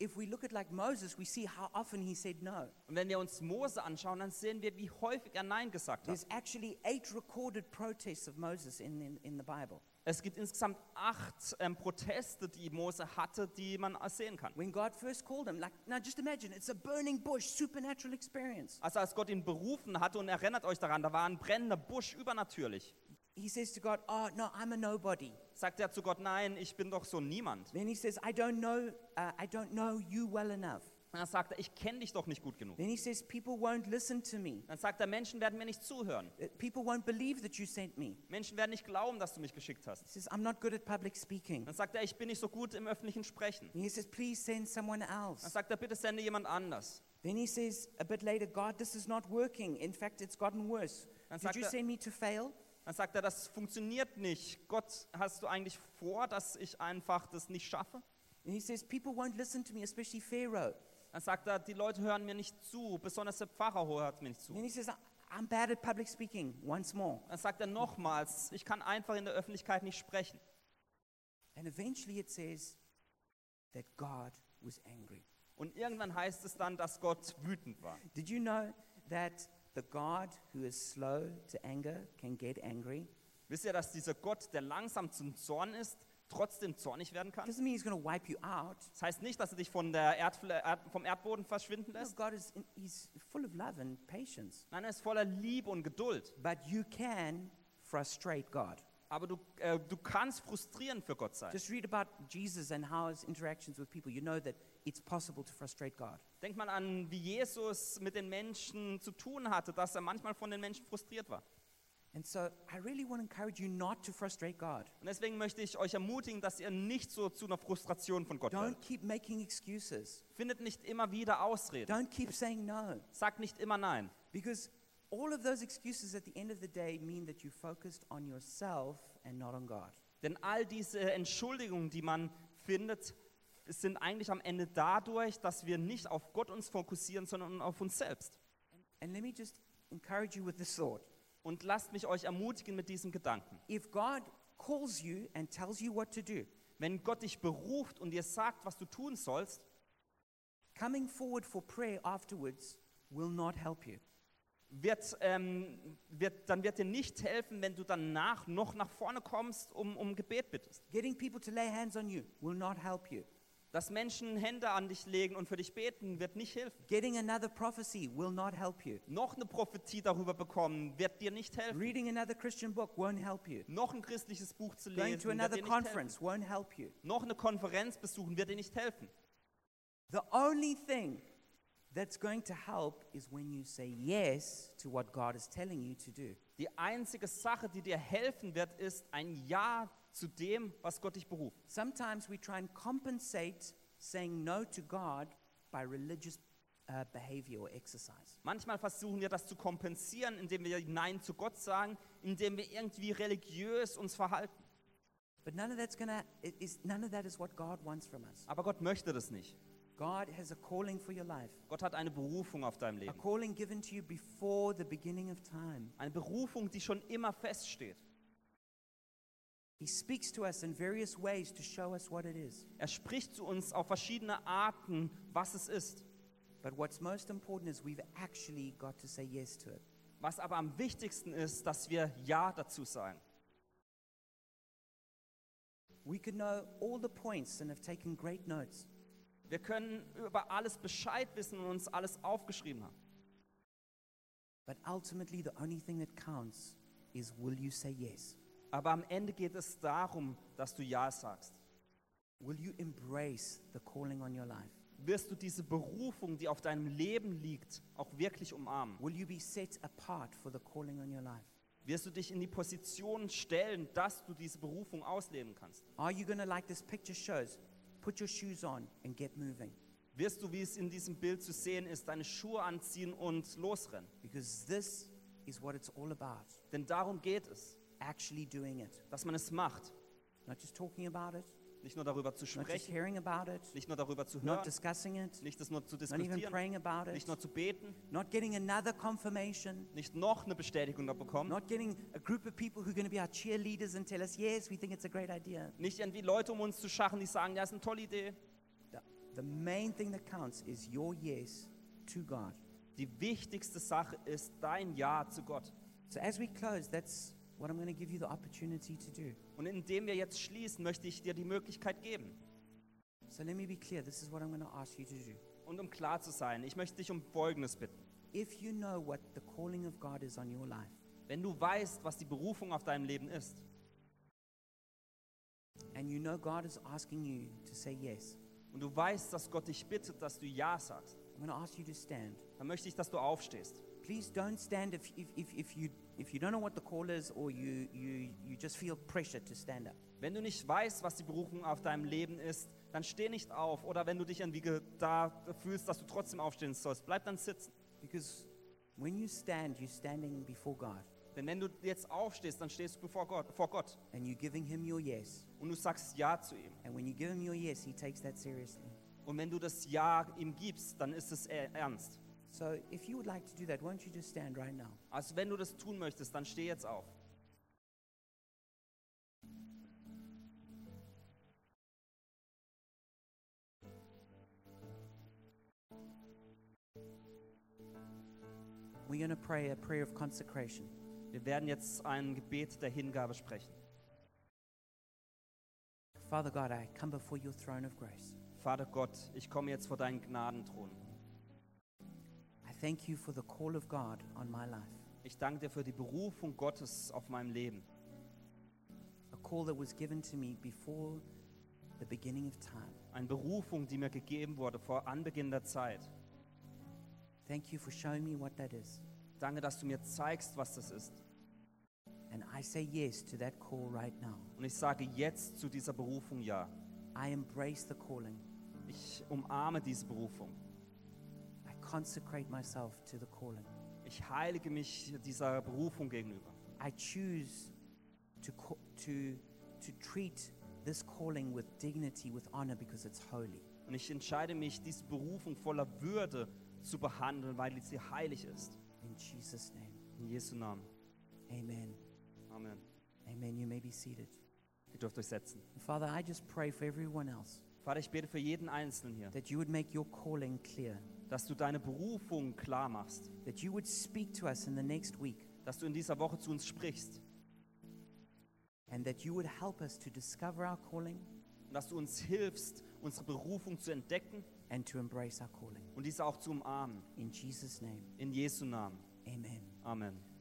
[SPEAKER 1] if we look at like Moses, we see how often he said no.
[SPEAKER 2] Und wenn wir uns Mose anschauen, dann sehen wir, wie häufig er Nein gesagt hat.
[SPEAKER 1] There's actually eight recorded protests of Moses in, in, in the Bible.
[SPEAKER 2] Es gibt insgesamt acht ähm, Proteste, die Mose hatte, die man sehen kann.
[SPEAKER 1] When God first called him, like, now just imagine, it's a burning bush, supernatural experience.
[SPEAKER 2] Also als Gott ihn berufen hatte und erinnert euch daran, da war ein brennender Busch übernatürlich,
[SPEAKER 1] He says to God, oh, no, I'm a nobody.
[SPEAKER 2] sagt er zu Gott, nein, ich bin doch so niemand.
[SPEAKER 1] Then he says, I don't know, uh, I don't know you well enough.
[SPEAKER 2] Dann sagt er, ich kenne dich doch nicht gut genug.
[SPEAKER 1] Then he says, people won't listen to me.
[SPEAKER 2] Dann sagt er, Menschen werden mir nicht zuhören.
[SPEAKER 1] Uh, People won't believe that you sent me.
[SPEAKER 2] Menschen werden nicht glauben, dass du mich geschickt hast.
[SPEAKER 1] He says, I'm not good at public speaking.
[SPEAKER 2] Dann sagt er, ich bin nicht so gut im öffentlichen Sprechen.
[SPEAKER 1] And he says, please send someone
[SPEAKER 2] Dann
[SPEAKER 1] else.
[SPEAKER 2] sagt er, bitte sende jemand anders.
[SPEAKER 1] Then he says, a bit later, God, this is not working. In fact, it's gotten worse.
[SPEAKER 2] Dann
[SPEAKER 1] Did
[SPEAKER 2] sagt
[SPEAKER 1] you
[SPEAKER 2] er-
[SPEAKER 1] send me to fail?
[SPEAKER 2] Dann sagt er, das funktioniert nicht. Gott, hast du eigentlich vor, dass ich einfach das nicht schaffe?
[SPEAKER 1] And he says, people won't listen to me, especially Pharaoh.
[SPEAKER 2] Dann sagt er, die Leute hören mir nicht zu, besonders der Pfarrer hört mir nicht zu.
[SPEAKER 1] Then he says, "I- I'm bad at public speaking once more.
[SPEAKER 2] Dann sagt er nochmals, ich kann einfach in der Öffentlichkeit nicht sprechen.
[SPEAKER 1] And eventually it says that God was angry.
[SPEAKER 2] Und irgendwann heißt es dann, dass Gott wütend war.
[SPEAKER 1] Did you know that the God who is slow to anger can get angry?
[SPEAKER 2] Wisst ihr, dass dieser Gott, der langsam zum Zorn ist, trotzdem zornig werden kann?
[SPEAKER 1] Doesn't mean he's going to wipe you out.
[SPEAKER 2] Das heißt nicht, dass er dich von der Erdfla Erd vom Erdboden verschwinden
[SPEAKER 1] No,
[SPEAKER 2] lässt.
[SPEAKER 1] God is in, he's full of love and patience.
[SPEAKER 2] Nein, er ist voller Liebe und Geduld.
[SPEAKER 1] But you can frustrate God.
[SPEAKER 2] Aber du, äh, du kannst frustrierend für Gott sein.
[SPEAKER 1] Just read about Jesus and how his interactions with people. You know that it's possible to frustrate God.
[SPEAKER 2] Denk mal an, wie Jesus mit den Menschen zu tun hatte, dass er manchmal von den Menschen frustriert war.
[SPEAKER 1] And so I really want to encourage you not to frustrate God.
[SPEAKER 2] Und deswegen möchte ich euch ermutigen, dass ihr nicht so zu einer Frustration von Gott
[SPEAKER 1] Don't
[SPEAKER 2] werdet.
[SPEAKER 1] keep making excuses.
[SPEAKER 2] Findet nicht immer wieder Ausreden.
[SPEAKER 1] Don't keep saying no.
[SPEAKER 2] Sagt nicht immer Nein.
[SPEAKER 1] Because all of those excuses at the end of the day mean that you focused on yourself and not on God.
[SPEAKER 2] Denn all diese Entschuldigungen, die man findet, sind eigentlich am Ende dadurch, dass wir nicht auf Gott uns fokussieren, sondern auf uns selbst.
[SPEAKER 1] And let me just encourage you with this thought.
[SPEAKER 2] Und lasst mich euch ermutigen mit diesem Gedanken.
[SPEAKER 1] If God calls you and tells you what to do,
[SPEAKER 2] Wenn Gott dich beruft und dir sagt, was du tun sollst,
[SPEAKER 1] coming forward for prayer afterwards will not help you.
[SPEAKER 2] wird, ähm, wird, dann wird dir nicht helfen, wenn du danach noch nach vorne kommst, um, um Gebet bittest.
[SPEAKER 1] Getting people to lay hands on you will not help you.
[SPEAKER 2] Dass Menschen Hände an dich legen und für dich beten, wird nicht helfen.
[SPEAKER 1] Getting another prophecy will not help you.
[SPEAKER 2] Noch eine Prophetie darüber bekommen, wird dir nicht helfen.
[SPEAKER 1] Reading another Christian book won't help you.
[SPEAKER 2] Noch ein christliches Buch zu
[SPEAKER 1] Going
[SPEAKER 2] lesen,
[SPEAKER 1] to
[SPEAKER 2] wird dir
[SPEAKER 1] another
[SPEAKER 2] nicht helfen.
[SPEAKER 1] conference won't help you.
[SPEAKER 2] Noch eine Konferenz besuchen wird dir nicht helfen.
[SPEAKER 1] The only thing that's going to help is when you say yes to what God is telling you to do.
[SPEAKER 2] Die einzige Sache, die dir helfen wird, ist ein Ja zu dem, was Gott dich beruft.
[SPEAKER 1] Sometimes we try and compensate saying no to God by religious uh, behavior or exercise.
[SPEAKER 2] Manchmal versuchen wir das zu kompensieren, indem wir Nein zu Gott sagen, indem wir irgendwie religiös uns verhalten.
[SPEAKER 1] But none of that's gonna i- is none of that is what God wants from us.
[SPEAKER 2] Aber Gott möchte das nicht.
[SPEAKER 1] God has a calling for your life,
[SPEAKER 2] Gott hat eine Berufung auf deinem
[SPEAKER 1] a
[SPEAKER 2] Leben.
[SPEAKER 1] calling given to you before the beginning of time.
[SPEAKER 2] Eine Berufung, die schon immer feststeht.
[SPEAKER 1] He speaks to us in various ways to show us what it is.
[SPEAKER 2] Er spricht zu uns auf verschiedene Arten, was es ist.
[SPEAKER 1] But what's most important is we've actually got to say yes to it.
[SPEAKER 2] Was aber am wichtigsten ist, dass wir Ja dazu sagen.
[SPEAKER 1] We could know all the points and have taken great notes,
[SPEAKER 2] Wir können über alles Bescheid wissen und uns alles aufgeschrieben haben.
[SPEAKER 1] but ultimately the only thing that counts is will you say yes?
[SPEAKER 2] Aber am Ende geht es darum, dass du Ja sagst.
[SPEAKER 1] Will you embrace the calling on your life?
[SPEAKER 2] Wirst du diese Berufung, die auf deinem Leben liegt, auch wirklich umarmen?
[SPEAKER 1] Will you be set apart for the calling on your life?
[SPEAKER 2] Wirst du dich in die Position stellen, dass du diese Berufung ausleben kannst?
[SPEAKER 1] Are you going to, like this picture shows, put your shoes on and get moving?
[SPEAKER 2] Wirst du, wie es in diesem Bild zu sehen ist, deine Schuhe anziehen und losrennen?
[SPEAKER 1] Because this is what it's all about
[SPEAKER 2] Denn darum geht es,
[SPEAKER 1] actually doing it,
[SPEAKER 2] dass man es macht.
[SPEAKER 1] not just talking about it,
[SPEAKER 2] Nicht nur darüber zu
[SPEAKER 1] not just
[SPEAKER 2] sprechen,
[SPEAKER 1] hearing about it,
[SPEAKER 2] nicht nur darüber zu
[SPEAKER 1] not
[SPEAKER 2] hören,
[SPEAKER 1] discussing it,
[SPEAKER 2] nicht es nur zu
[SPEAKER 1] not even
[SPEAKER 2] diskutieren,
[SPEAKER 1] praying about it,
[SPEAKER 2] nicht nur zu beten,
[SPEAKER 1] not getting another confirmation,
[SPEAKER 2] nicht noch eine Bestätigung da bekommen,
[SPEAKER 1] not getting a group of people who are going to be our cheerleaders and tell us, yes, we think it's a great idea.
[SPEAKER 2] nicht irgendwie Leute um uns zu schachen, die sagen, ja, ist eine tolle Idee.
[SPEAKER 1] The, the main thing that counts is your yes to God.
[SPEAKER 2] Die wichtigste Sache ist dein Ja zu Gott.
[SPEAKER 1] So as we close, that's what I'm going to give you the opportunity to do.
[SPEAKER 2] Und indem wir jetzt schließen, möchte ich dir die Möglichkeit geben.
[SPEAKER 1] So let me be clear this is what I'm going to ask you to do.
[SPEAKER 2] Und um klar zu sein, ich möchte dich um Folgendes bitten.
[SPEAKER 1] If you know what the calling of God is on your life,
[SPEAKER 2] Wenn du weißt, was die Berufung auf deinem Leben ist
[SPEAKER 1] and you know God is asking you to say yes,
[SPEAKER 2] und du weißt, dass Gott dich bittet, dass du Ja sagst,
[SPEAKER 1] I'm going to ask you to stand.
[SPEAKER 2] dann möchte ich, dass du aufstehst.
[SPEAKER 1] Please don't stand if, if, if, if, you, if you don't know what the call is or you, you, you just feel pressure to stand up.
[SPEAKER 2] Wenn du nicht weißt, was die Berufung auf deinem Leben ist, dann steh nicht auf. Oder wenn du dich irgendwie ge- da fühlst, dass du trotzdem aufstehen sollst, bleib dann sitzen.
[SPEAKER 1] Because when you stand, you're standing before God
[SPEAKER 2] Denn wenn du jetzt aufstehst, dann stehst du bevor Gott, vor Gott
[SPEAKER 1] and you're giving Him your yes.
[SPEAKER 2] und du sagst Ja zu ihm.
[SPEAKER 1] And when you give Him your yes, He takes that seriously.
[SPEAKER 2] Und wenn du das Ja ihm gibst, dann ist es er- ernst.
[SPEAKER 1] So if you would like to do that, won't you just stand right now?
[SPEAKER 2] Also wenn du das tun möchtest, dann steh jetzt auf.
[SPEAKER 1] We're going to pray a prayer of consecration.
[SPEAKER 2] Wir werden jetzt ein Gebet der Hingabe sprechen.
[SPEAKER 1] Father God, I come before your throne of grace.
[SPEAKER 2] Vater Gott, ich komme jetzt vor deinen Gnadenthron.
[SPEAKER 1] I thank you for the call of God on my life,
[SPEAKER 2] Ich danke dir für die Berufung Gottes auf meinem Leben.
[SPEAKER 1] a call that was given to me before the beginning of time.
[SPEAKER 2] Eine Berufung, die mir gegeben wurde vor Anbeginn der Zeit.
[SPEAKER 1] Thank you for showing me what that is.
[SPEAKER 2] Danke, dass du mir zeigst, was das ist.
[SPEAKER 1] And I say yes to that call right now.
[SPEAKER 2] Und ich sage jetzt zu dieser Berufung ja.
[SPEAKER 1] I embrace the calling.
[SPEAKER 2] Ich umarme diese Berufung.
[SPEAKER 1] I consecrate myself to the calling.
[SPEAKER 2] Ich heilige mich dieser Berufung gegenüber.
[SPEAKER 1] I choose to, co- to, to treat this calling with dignity, with honor, because it's holy.
[SPEAKER 2] Und ich entscheide mich, diese Berufung voller Würde zu behandeln, weil sie heilig ist.
[SPEAKER 1] In Jesus' name,
[SPEAKER 2] In Jesu Namen.
[SPEAKER 1] amen.
[SPEAKER 2] Amen.
[SPEAKER 1] Amen. You may be seated.
[SPEAKER 2] Ihr dürft euch setzen.
[SPEAKER 1] Father, I just pray for everyone else
[SPEAKER 2] Vater, ich bete für jeden Einzelnen hier,
[SPEAKER 1] that you would make your calling clear,
[SPEAKER 2] dass du deine Berufung klar machst,
[SPEAKER 1] that you would speak to us in the next week,
[SPEAKER 2] dass du in dieser Woche zu uns sprichst
[SPEAKER 1] and that you would help us to discover our calling
[SPEAKER 2] und dass du uns hilfst, unsere Berufung zu entdecken
[SPEAKER 1] and to embrace our calling.
[SPEAKER 2] und diese auch zu umarmen.
[SPEAKER 1] In Jesus' name,
[SPEAKER 2] In Jesu Namen.
[SPEAKER 1] amen.
[SPEAKER 2] Amen.